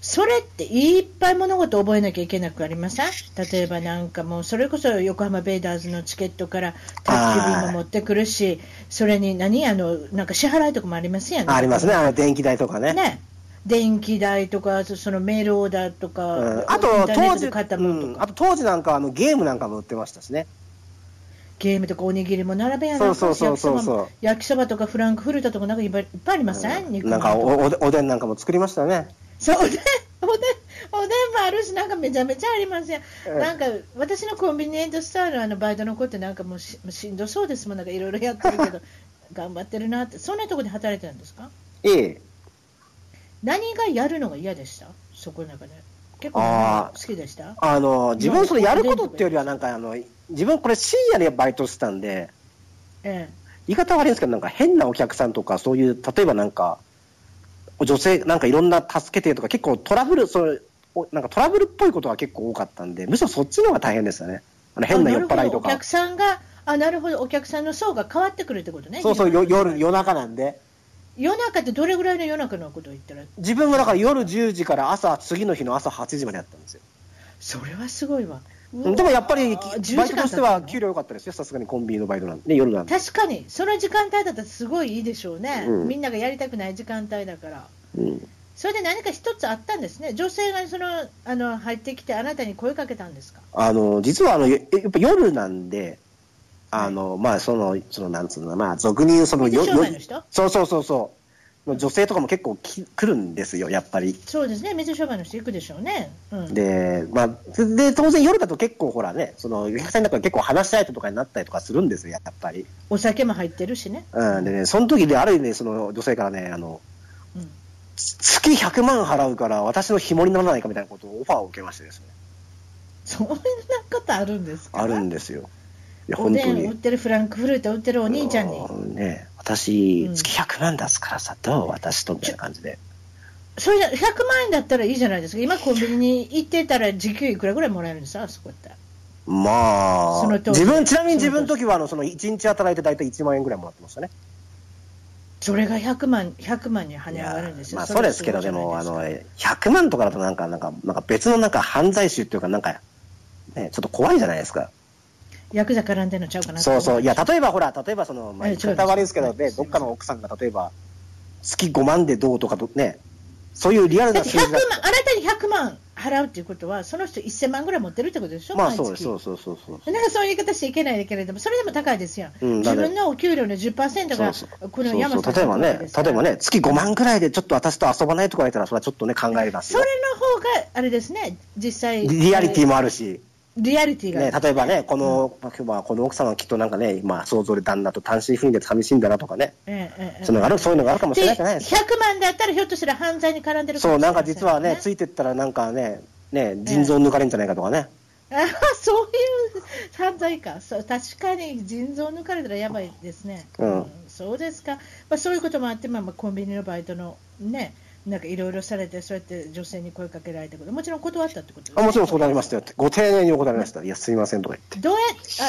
A: それっていっぱい物事を覚えなきゃいけなくありません例えばなんかもうそれこそ横浜ベイダーズのチケットから宅急便も持ってくるしそれに何あのなんか支払いとかもありますやん
B: あありますね、あの電気代とかね。
A: ね電気代とかそそのメールオーダーとか、
B: うん、あ
A: イン
B: と
A: ターネッ
B: 当
A: ト
B: 時、
A: で買ったものとか、
B: うんあと当時なんかあのゲームなんかも売ってましたしね。
A: ゲームとかおにぎりも並べや
B: そ
A: な
B: うそうそうそうそう
A: 焼きそばも焼きそばとかフランクフルトとかなんかいっぱいいっぱいありません、肉
B: なんか
A: まんと
B: おおでおでんなんかも作りましたよね。
A: そうおでんおでんおでんもああるし、なんかめちゃめちゃありますやん。
B: うん
A: なんか私のコンビニエントストアのあのバイトの子ってなんかもうしもうしんどそうですもん、なんかいろいろやってるけ ど、頑張ってるなって、そんなとこで働いてるんですか
B: ええ。
A: 何がやるのが嫌でしたそこの中で。結構
B: あ
A: 好きでした
B: あの、自分そのやることっていうよりは、なんかあの、自分これ深夜でバイトしてたんで、
A: え
B: 言い方悪いんですけど、なんか変なお客さんとか、そういう、例えばなんか、女性、なんかいろんな助けてとか、結構トラブル、そのおなんかトラブルっぽいことが結構多かったんで、むしろそっちの方が大変でしたね。あの
A: え。
B: 変な
A: あ
B: 酔っ払いと
A: なるほどお
B: か
A: 客。さんが、あ、なるほど、お客さんの層が変わってくるってことね。
B: そうそう、よ
A: 自分の
B: 夜、夜中なんで。
A: 夜中ってどれぐらいの夜中のことを言ったら、
B: 自分はだから夜10時から朝、次の日の朝8時までやったんですよ。
A: それはすごいわ。うわ
B: でもやっぱり、
A: 10時間
B: バイトとして
A: 経っ
B: は
A: てんの
B: 給料良かったですよ。さすがにコンビニのバイトなんで、ね、夜なんで。
A: 確かに、その時間帯だったらすごいいいでしょうね、
B: うん
A: みんながやりたくない時間帯だから、
B: うん
A: それで何か一つあったんですね、女性がそのあの入ってきて、あなたに声かけたんですか、
B: あの、実はあの、ややっぱ夜なんで、あの、まあ、その、その、なんつうの、まあ、俗に言う、その、
A: 水商
B: よ
A: 売の人
B: そうそうそうそう。女性とかも結構き来るんですよ、やっぱり。
A: そうですね、水商売の人、行くでしょうね、うん、
B: で、まあ、で、当然夜だと結構ほらね、その、お客さんの中で結構話し相手とかになったりとかするんですよ、やっぱり。
A: お酒も入ってるしね、
B: うん、でね、その時である意味ね、その女性からね、あの、
A: うん
B: つ月100万払うから私の紐にならないかみたいなことをオファーを受けましてですね。
A: そんなことあるんですか、
B: あるんですよ。いや、
A: お
B: 本
A: で
B: 当
A: ん売っ
B: に。
A: てる、フランクフルート売ってるお兄ちゃんに
B: あ、のね、私
A: う、ん
B: 月100万出すからさ、どう私とみたいな感じで。
A: それじゃ100万円だったらいいじゃないですか、今、コンビニに行ってたら、時給いくらぐらいもらえるんですか、あそこって。
B: ま
A: そ
B: あ
A: の、通り
B: 自分、ちなみに
A: そ
B: 自
A: の通り
B: 分の時は、あの、その、1日働いて大体1万円ぐらいもらってましたね。
A: それが100万 ,100 万に跳ね上がるんですよ。
B: まあ、そうですけど、
A: れ
B: で
A: はご
B: も、
A: い
B: あ
A: じゃ
B: の、
A: ないすか
B: 100万とかだとなんか、なんか、なんか別のなんか犯罪集っていうか、なんか、ね、ちょっと怖いじゃないですか。
A: ヤクザ絡んでんのちゃうかな
B: そうそう。いや、
A: た
B: 例えばほら、例えばその、まあ、
A: ええ
B: 言い方悪いですけ
A: 違
B: ど、
A: う違う
B: ね、どっかの奥さんが例えば、月5万でどうとかと、ね、そういうリアル
A: だ
B: な
A: って
B: 数
A: 100
B: 字だ
A: 万、あなたに100万払うっていうことは、その人1000万ぐらい持ってるってことでしょ、
B: まあ、
A: 毎
B: そうで
A: 月
B: す、そうそうそうそう。
A: なんかそういう言い方しちゃいけないけれども、それでも高いですよ、
B: うん
A: 自
B: だね
A: 分のお給料の10%
B: そ
A: が
B: うそう
A: この山
B: そ
A: さ
B: うんそう例えば
A: の
B: ね
A: お金です、から
B: 例えばね、月5万くらいでちょっと私と遊ばないとか言ったら、それはちょっとね、考えます
A: そ
B: よ
A: れ。の方があれですね、実際、
B: リリアリティ
A: も、
B: もあるし、
A: リアリティが、
B: ね、例えばね、この、まあ、この奥さんはきっとなんかね、まあ、想像で旦那と単身赴任で寂しいんだなとかね、
A: ええええええ
B: そういうのがある、そういうのがあるかもしれないじゃない
A: で
B: ですか。
A: 100万だったら、ひょっとしたら犯罪に絡んでる
B: そう、
A: もしれ
B: なん
A: ま
B: か
A: せ
B: 実はね、ついてったらなんかね、ね、腎臓抜かれんじゃないかとかね。
A: あー そういう犯罪か、そう確かに腎臓抜かれたらやばいですね、
B: うん
A: そうですか、まあ、そういうこともあって、まあ、まあコンビニのバイトのね、なんかいろいろされて、そうやって女性に声かけられたこと、もちろん断ったってこと、
B: あもちろんそうなりました
A: よ。
B: よって、ご丁寧にお答えになりました。いや、すみませんとか言って。
A: どうや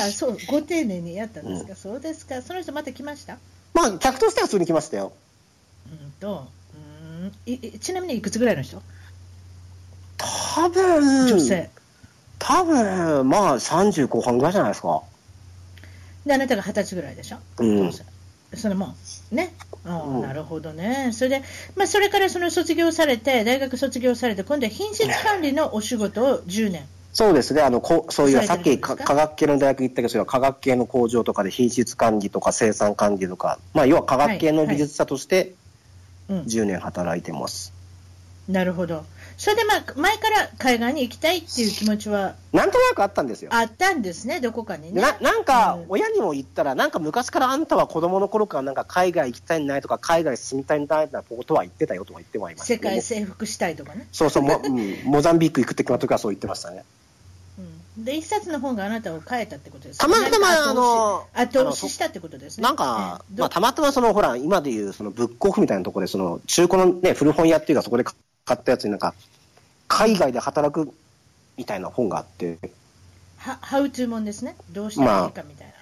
A: あそうご丁寧にやったんですか、そうですか、その人また来ました
B: まあ、客としては普通に来ましたよ。
A: うんとうんいいちなみにいくつぐらいの人、
B: 多分、
A: 女性、
B: 多分、まあ、30後半ぐらいじゃないですか。
A: であなたが二十歳ぐらいでしょ、
B: うん。
A: そのもんね、あー
B: うん
A: なるほどね、それで、まあ、それからその卒業されて、大学卒業されて、今度は品質管理のお仕事を10年、
B: そうですね、あのこそういう、
A: さ
B: さ
A: れ
B: って
A: る
B: き
A: んですか
B: か科学系の大学行ったけど、それは科学系の工場とかで品質管理とか生産管理とか、まあ、要は科学系の技術者として
A: うん、
B: 10年働いてます。
A: なるほど、それで、まあ、前から海外に行きたいっていう気持ちは
B: なんとなくあったんですよ。
A: あったんですね、どこかにね。
B: ななんか
A: うん、
B: 親にも言ったら、なんか昔からあんたは子供の頃からなんか海外行きたいんないとか、海外住みたいんだいなことは言ってたよとは言ってはいます
A: 世界征服したいとかね、
B: そうそう、もうんモザンビーク行くって時はそう言ってましたね。
A: うん、で一冊の本があなたを変えたってことです
B: たまたま、あの、
A: あと押ししたってことですね。
B: なんか、
A: ええど
B: まあ、たまたまその、ほら、今でいう、その、ブックオフみたいなところで、その、中古のね、古本屋っていうか、そこで買ったやつになんか、海外で働くみたいな本があって、
A: は How to もんですね、どうしたらいいかみたいな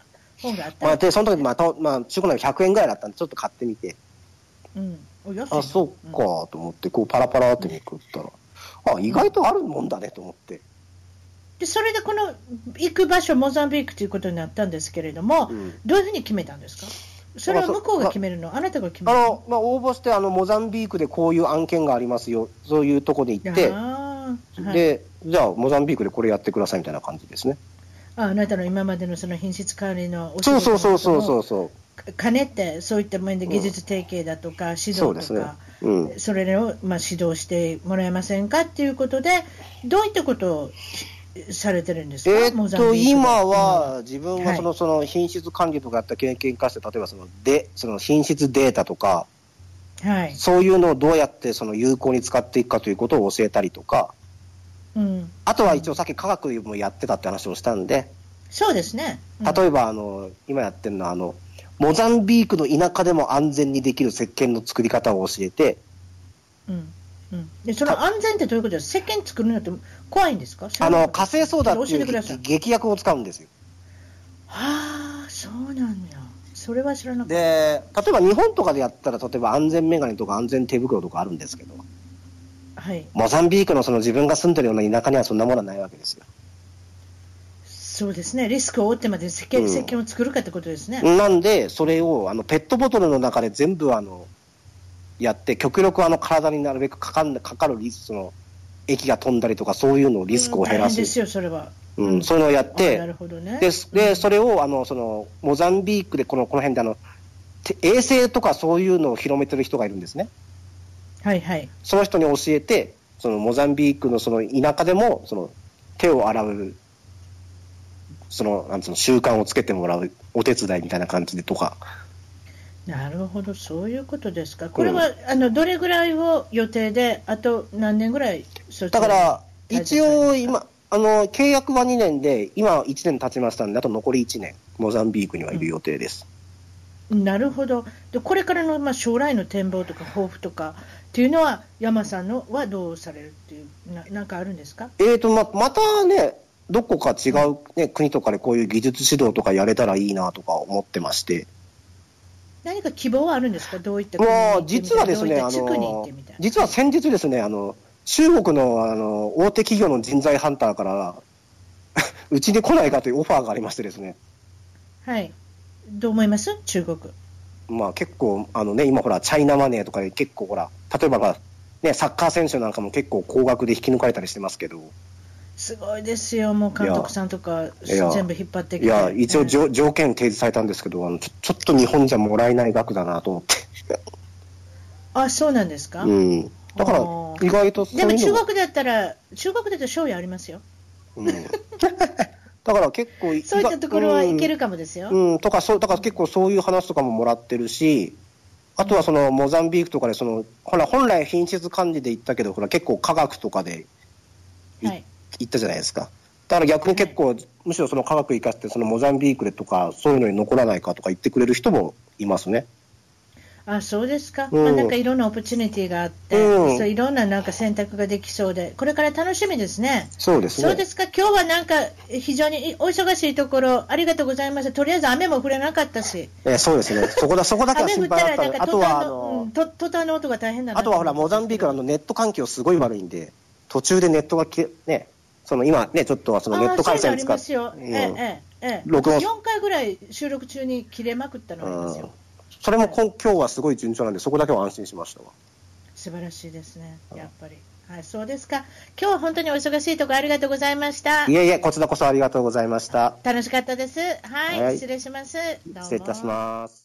A: 本があった
B: ま
A: ら
B: あ、で、その時、まあ、とまあ、中古の100円ぐらいだったんで、ちょっと買ってみて、
A: うん、お安いな
B: あ、そっか、と思って、こう、パラパラってめくったら、あ、意外とあるもんだね、と思って。
A: でそれでこの行く場所、モザンビークということになったんですけれども、
B: うん
A: どういうふうに決めたんですか、それは向こうが決めるの、あなたが決め
B: あ
A: る
B: の
A: の、
B: まあ、応募して、あの、モザンビークでこういう案件がありますよ、そういうとこで行って、
A: あーはい
B: で、じゃあ、モザンビークでこれやってくださいみたいな感じですね。
A: ああなたの今までのその品質管理のお仕
B: そう
A: 事
B: そう
A: の
B: そうそ
A: こ
B: う
A: と
B: そ
A: も
B: うそう。
A: 兼ねて、そういった面で技術提携だとか、指導
B: そうで
A: と
B: すね
A: か、
B: うん。
A: それを、まあ、指導してもらえませんかっていうことで、どういったことをしされてるんですか、
B: えー
A: モ
B: っ
A: ザンビーク
B: と、
A: で
B: 今、は、自分
A: は
B: はいその、その、品質管理とかやった経験化して、例えばその、で、その、品質データとか、
A: はい
B: そういうのをどうやって、その、有効に使っていくかということを教えたりとか、
A: うん、
B: あとは一応さっき科学もやってたって話をしたんで、
A: そうですね、うん
B: 例えば、あの、今やってるのは、あの、モザンビークの田舎でも安全にできる石鹸の作り方を教えて、
A: うんうん、でその安全ってどういうことですか、石鹸作るのって怖いんですか、
B: あの、火星ソーダって
A: 教え
B: い
A: てくださいう
B: 劇薬を使うんですよ。
A: はあ、そうなんだ、それは知らなかった。
B: で、例えば日本とかでやったら、例えば安全メガネとか安全手袋とかあるんですけど、
A: はい
B: モザンビークのその自分が住んでるような田舎にはそんなものはないわけですよ。
A: そうですね、リスクを負ってまで石
B: う
A: 鹸
B: ん
A: 石鹸を作るかってことですね。
B: なんで、それをあのペットボトルの中で全部あのやって、極力あの体になるべくかかんかかるリスクの液が飛んだりとか、そういうのをリスクを減ら
A: うん大変です
B: す、
A: よ、それは。
B: うんそういうのをやっ
A: あなる
B: て、
A: ほどね。
B: ででそれをあのそのモザンビークでこのこの辺であのて衛星とかそういうのを広めてる人がいるんですね。
A: はいはい。
B: その人に教えて、そのモザンビークのその田舎でも、その手を洗う、その、なんつうの、習慣をつけてもらう、お手伝いみたいな感じでとか、
A: なるほど、そういうことですか。これは、あのどれぐらいを予定で、あと何年ぐらいそち
B: だ
A: ら
B: から、
A: 大
B: 一
A: 丈夫
B: 応今、あの、契約は2年で、今1年経ちましたんで、あと残り1年、モザンビークにはいる予定です。
A: なるほど。で、これからの、まあ、将来の展望とか抱負とかっていうのは、山さんのはどうされるっていう、ななんかあるんですか
B: えーと、ま、またね、どこか違う、ね、国とかでこういう技術指導とかやれたらいいなとか思ってまして、
A: 何か希望はあるんですかどういった国に行
B: も
A: ってみたい
B: う実はですね、
A: ど
B: あ
A: ういった地区に行って
B: の
A: みたい、
B: 実は先日ですね、あの、中国のあの大手企業の人材ハンターから、 うちに来ないかというオファーがありましてですね、
A: はい。どう思います中国。
B: まあ結構、あのね、今ほら、チャイナマネーとかで結構ほら、例えばほら、ね、サッカー選手なんかも結構高額で引き抜かれたりしてますけど、
A: すごいですよ、もう監督さんとか
B: いや
A: 全部引っ張ってき
B: い
A: て。
B: や、一
A: う
B: 応
A: ん
B: じょ条件提示されたんですけど、あのちょちょっと日本じゃもらえない額だなと思って。
A: あ、そうなんですか、
B: うん。だから
A: あー、
B: 意外とそうい
A: で
B: うの
A: も
B: も
A: 中国だったら、中国だったら勝利ありますよ。
B: うん、 だから結構意 外、
A: そういったところはいけ
B: うん
A: るかもですよ。
B: うん、とかそう、だから結構そういう話とかももらってるし、あとはそのモザンビークとかでその、ほら、本来品質管理で行ったけど、ほら、結構科学とかで
A: はい。
B: 行ったじゃないですか。だから逆に結構、むしろその科学生かして、そのモザンビークでとか、そういうのに残らないかとか言ってくれる人もいますね。
A: あ、そうですか。
B: うん
A: まあ、なんかいろんなオプチュニティがあって、
B: うん
A: そういろんななんか選択ができそうで、これから楽しみですね。
B: そうですね。
A: そうですか。今日はなんか非常にお忙しいところ、ありがとうございました。とりあえず雨も降れなかったし、
B: えーそうですね。そこだ、そこだけは
A: 雨降
B: 心
A: ったら
B: 配だ
A: な
B: っ
A: ん
B: た。
A: か
B: あと
A: トタ
B: は、あ
A: ンの、うん
B: の、
A: トトタンの音が大変だな
B: あとはほら、モザンビークのあのネット環境すごい悪いんで、途中でネットが切れ、ね、その今ね、ちょっとはそのネット回線使
A: あー
B: っ
A: そういうのありますよ。
B: うん
A: ええええええ。
B: 録音
A: 4回ぐらい収録中に切れまくったのあります
B: う
A: よ
B: ん。それも今今日はすごい順調なんで、そこだけは安心しましたわ。
A: 素晴らしいですね。やっぱり。はい、そうですか。今日は本当にお忙しいところありがとうございました。
B: いえいえ、こちらこそありがとうございました。
A: 楽しかったです。はい、
B: はい
A: 失礼します。どうも
B: 失礼いたします。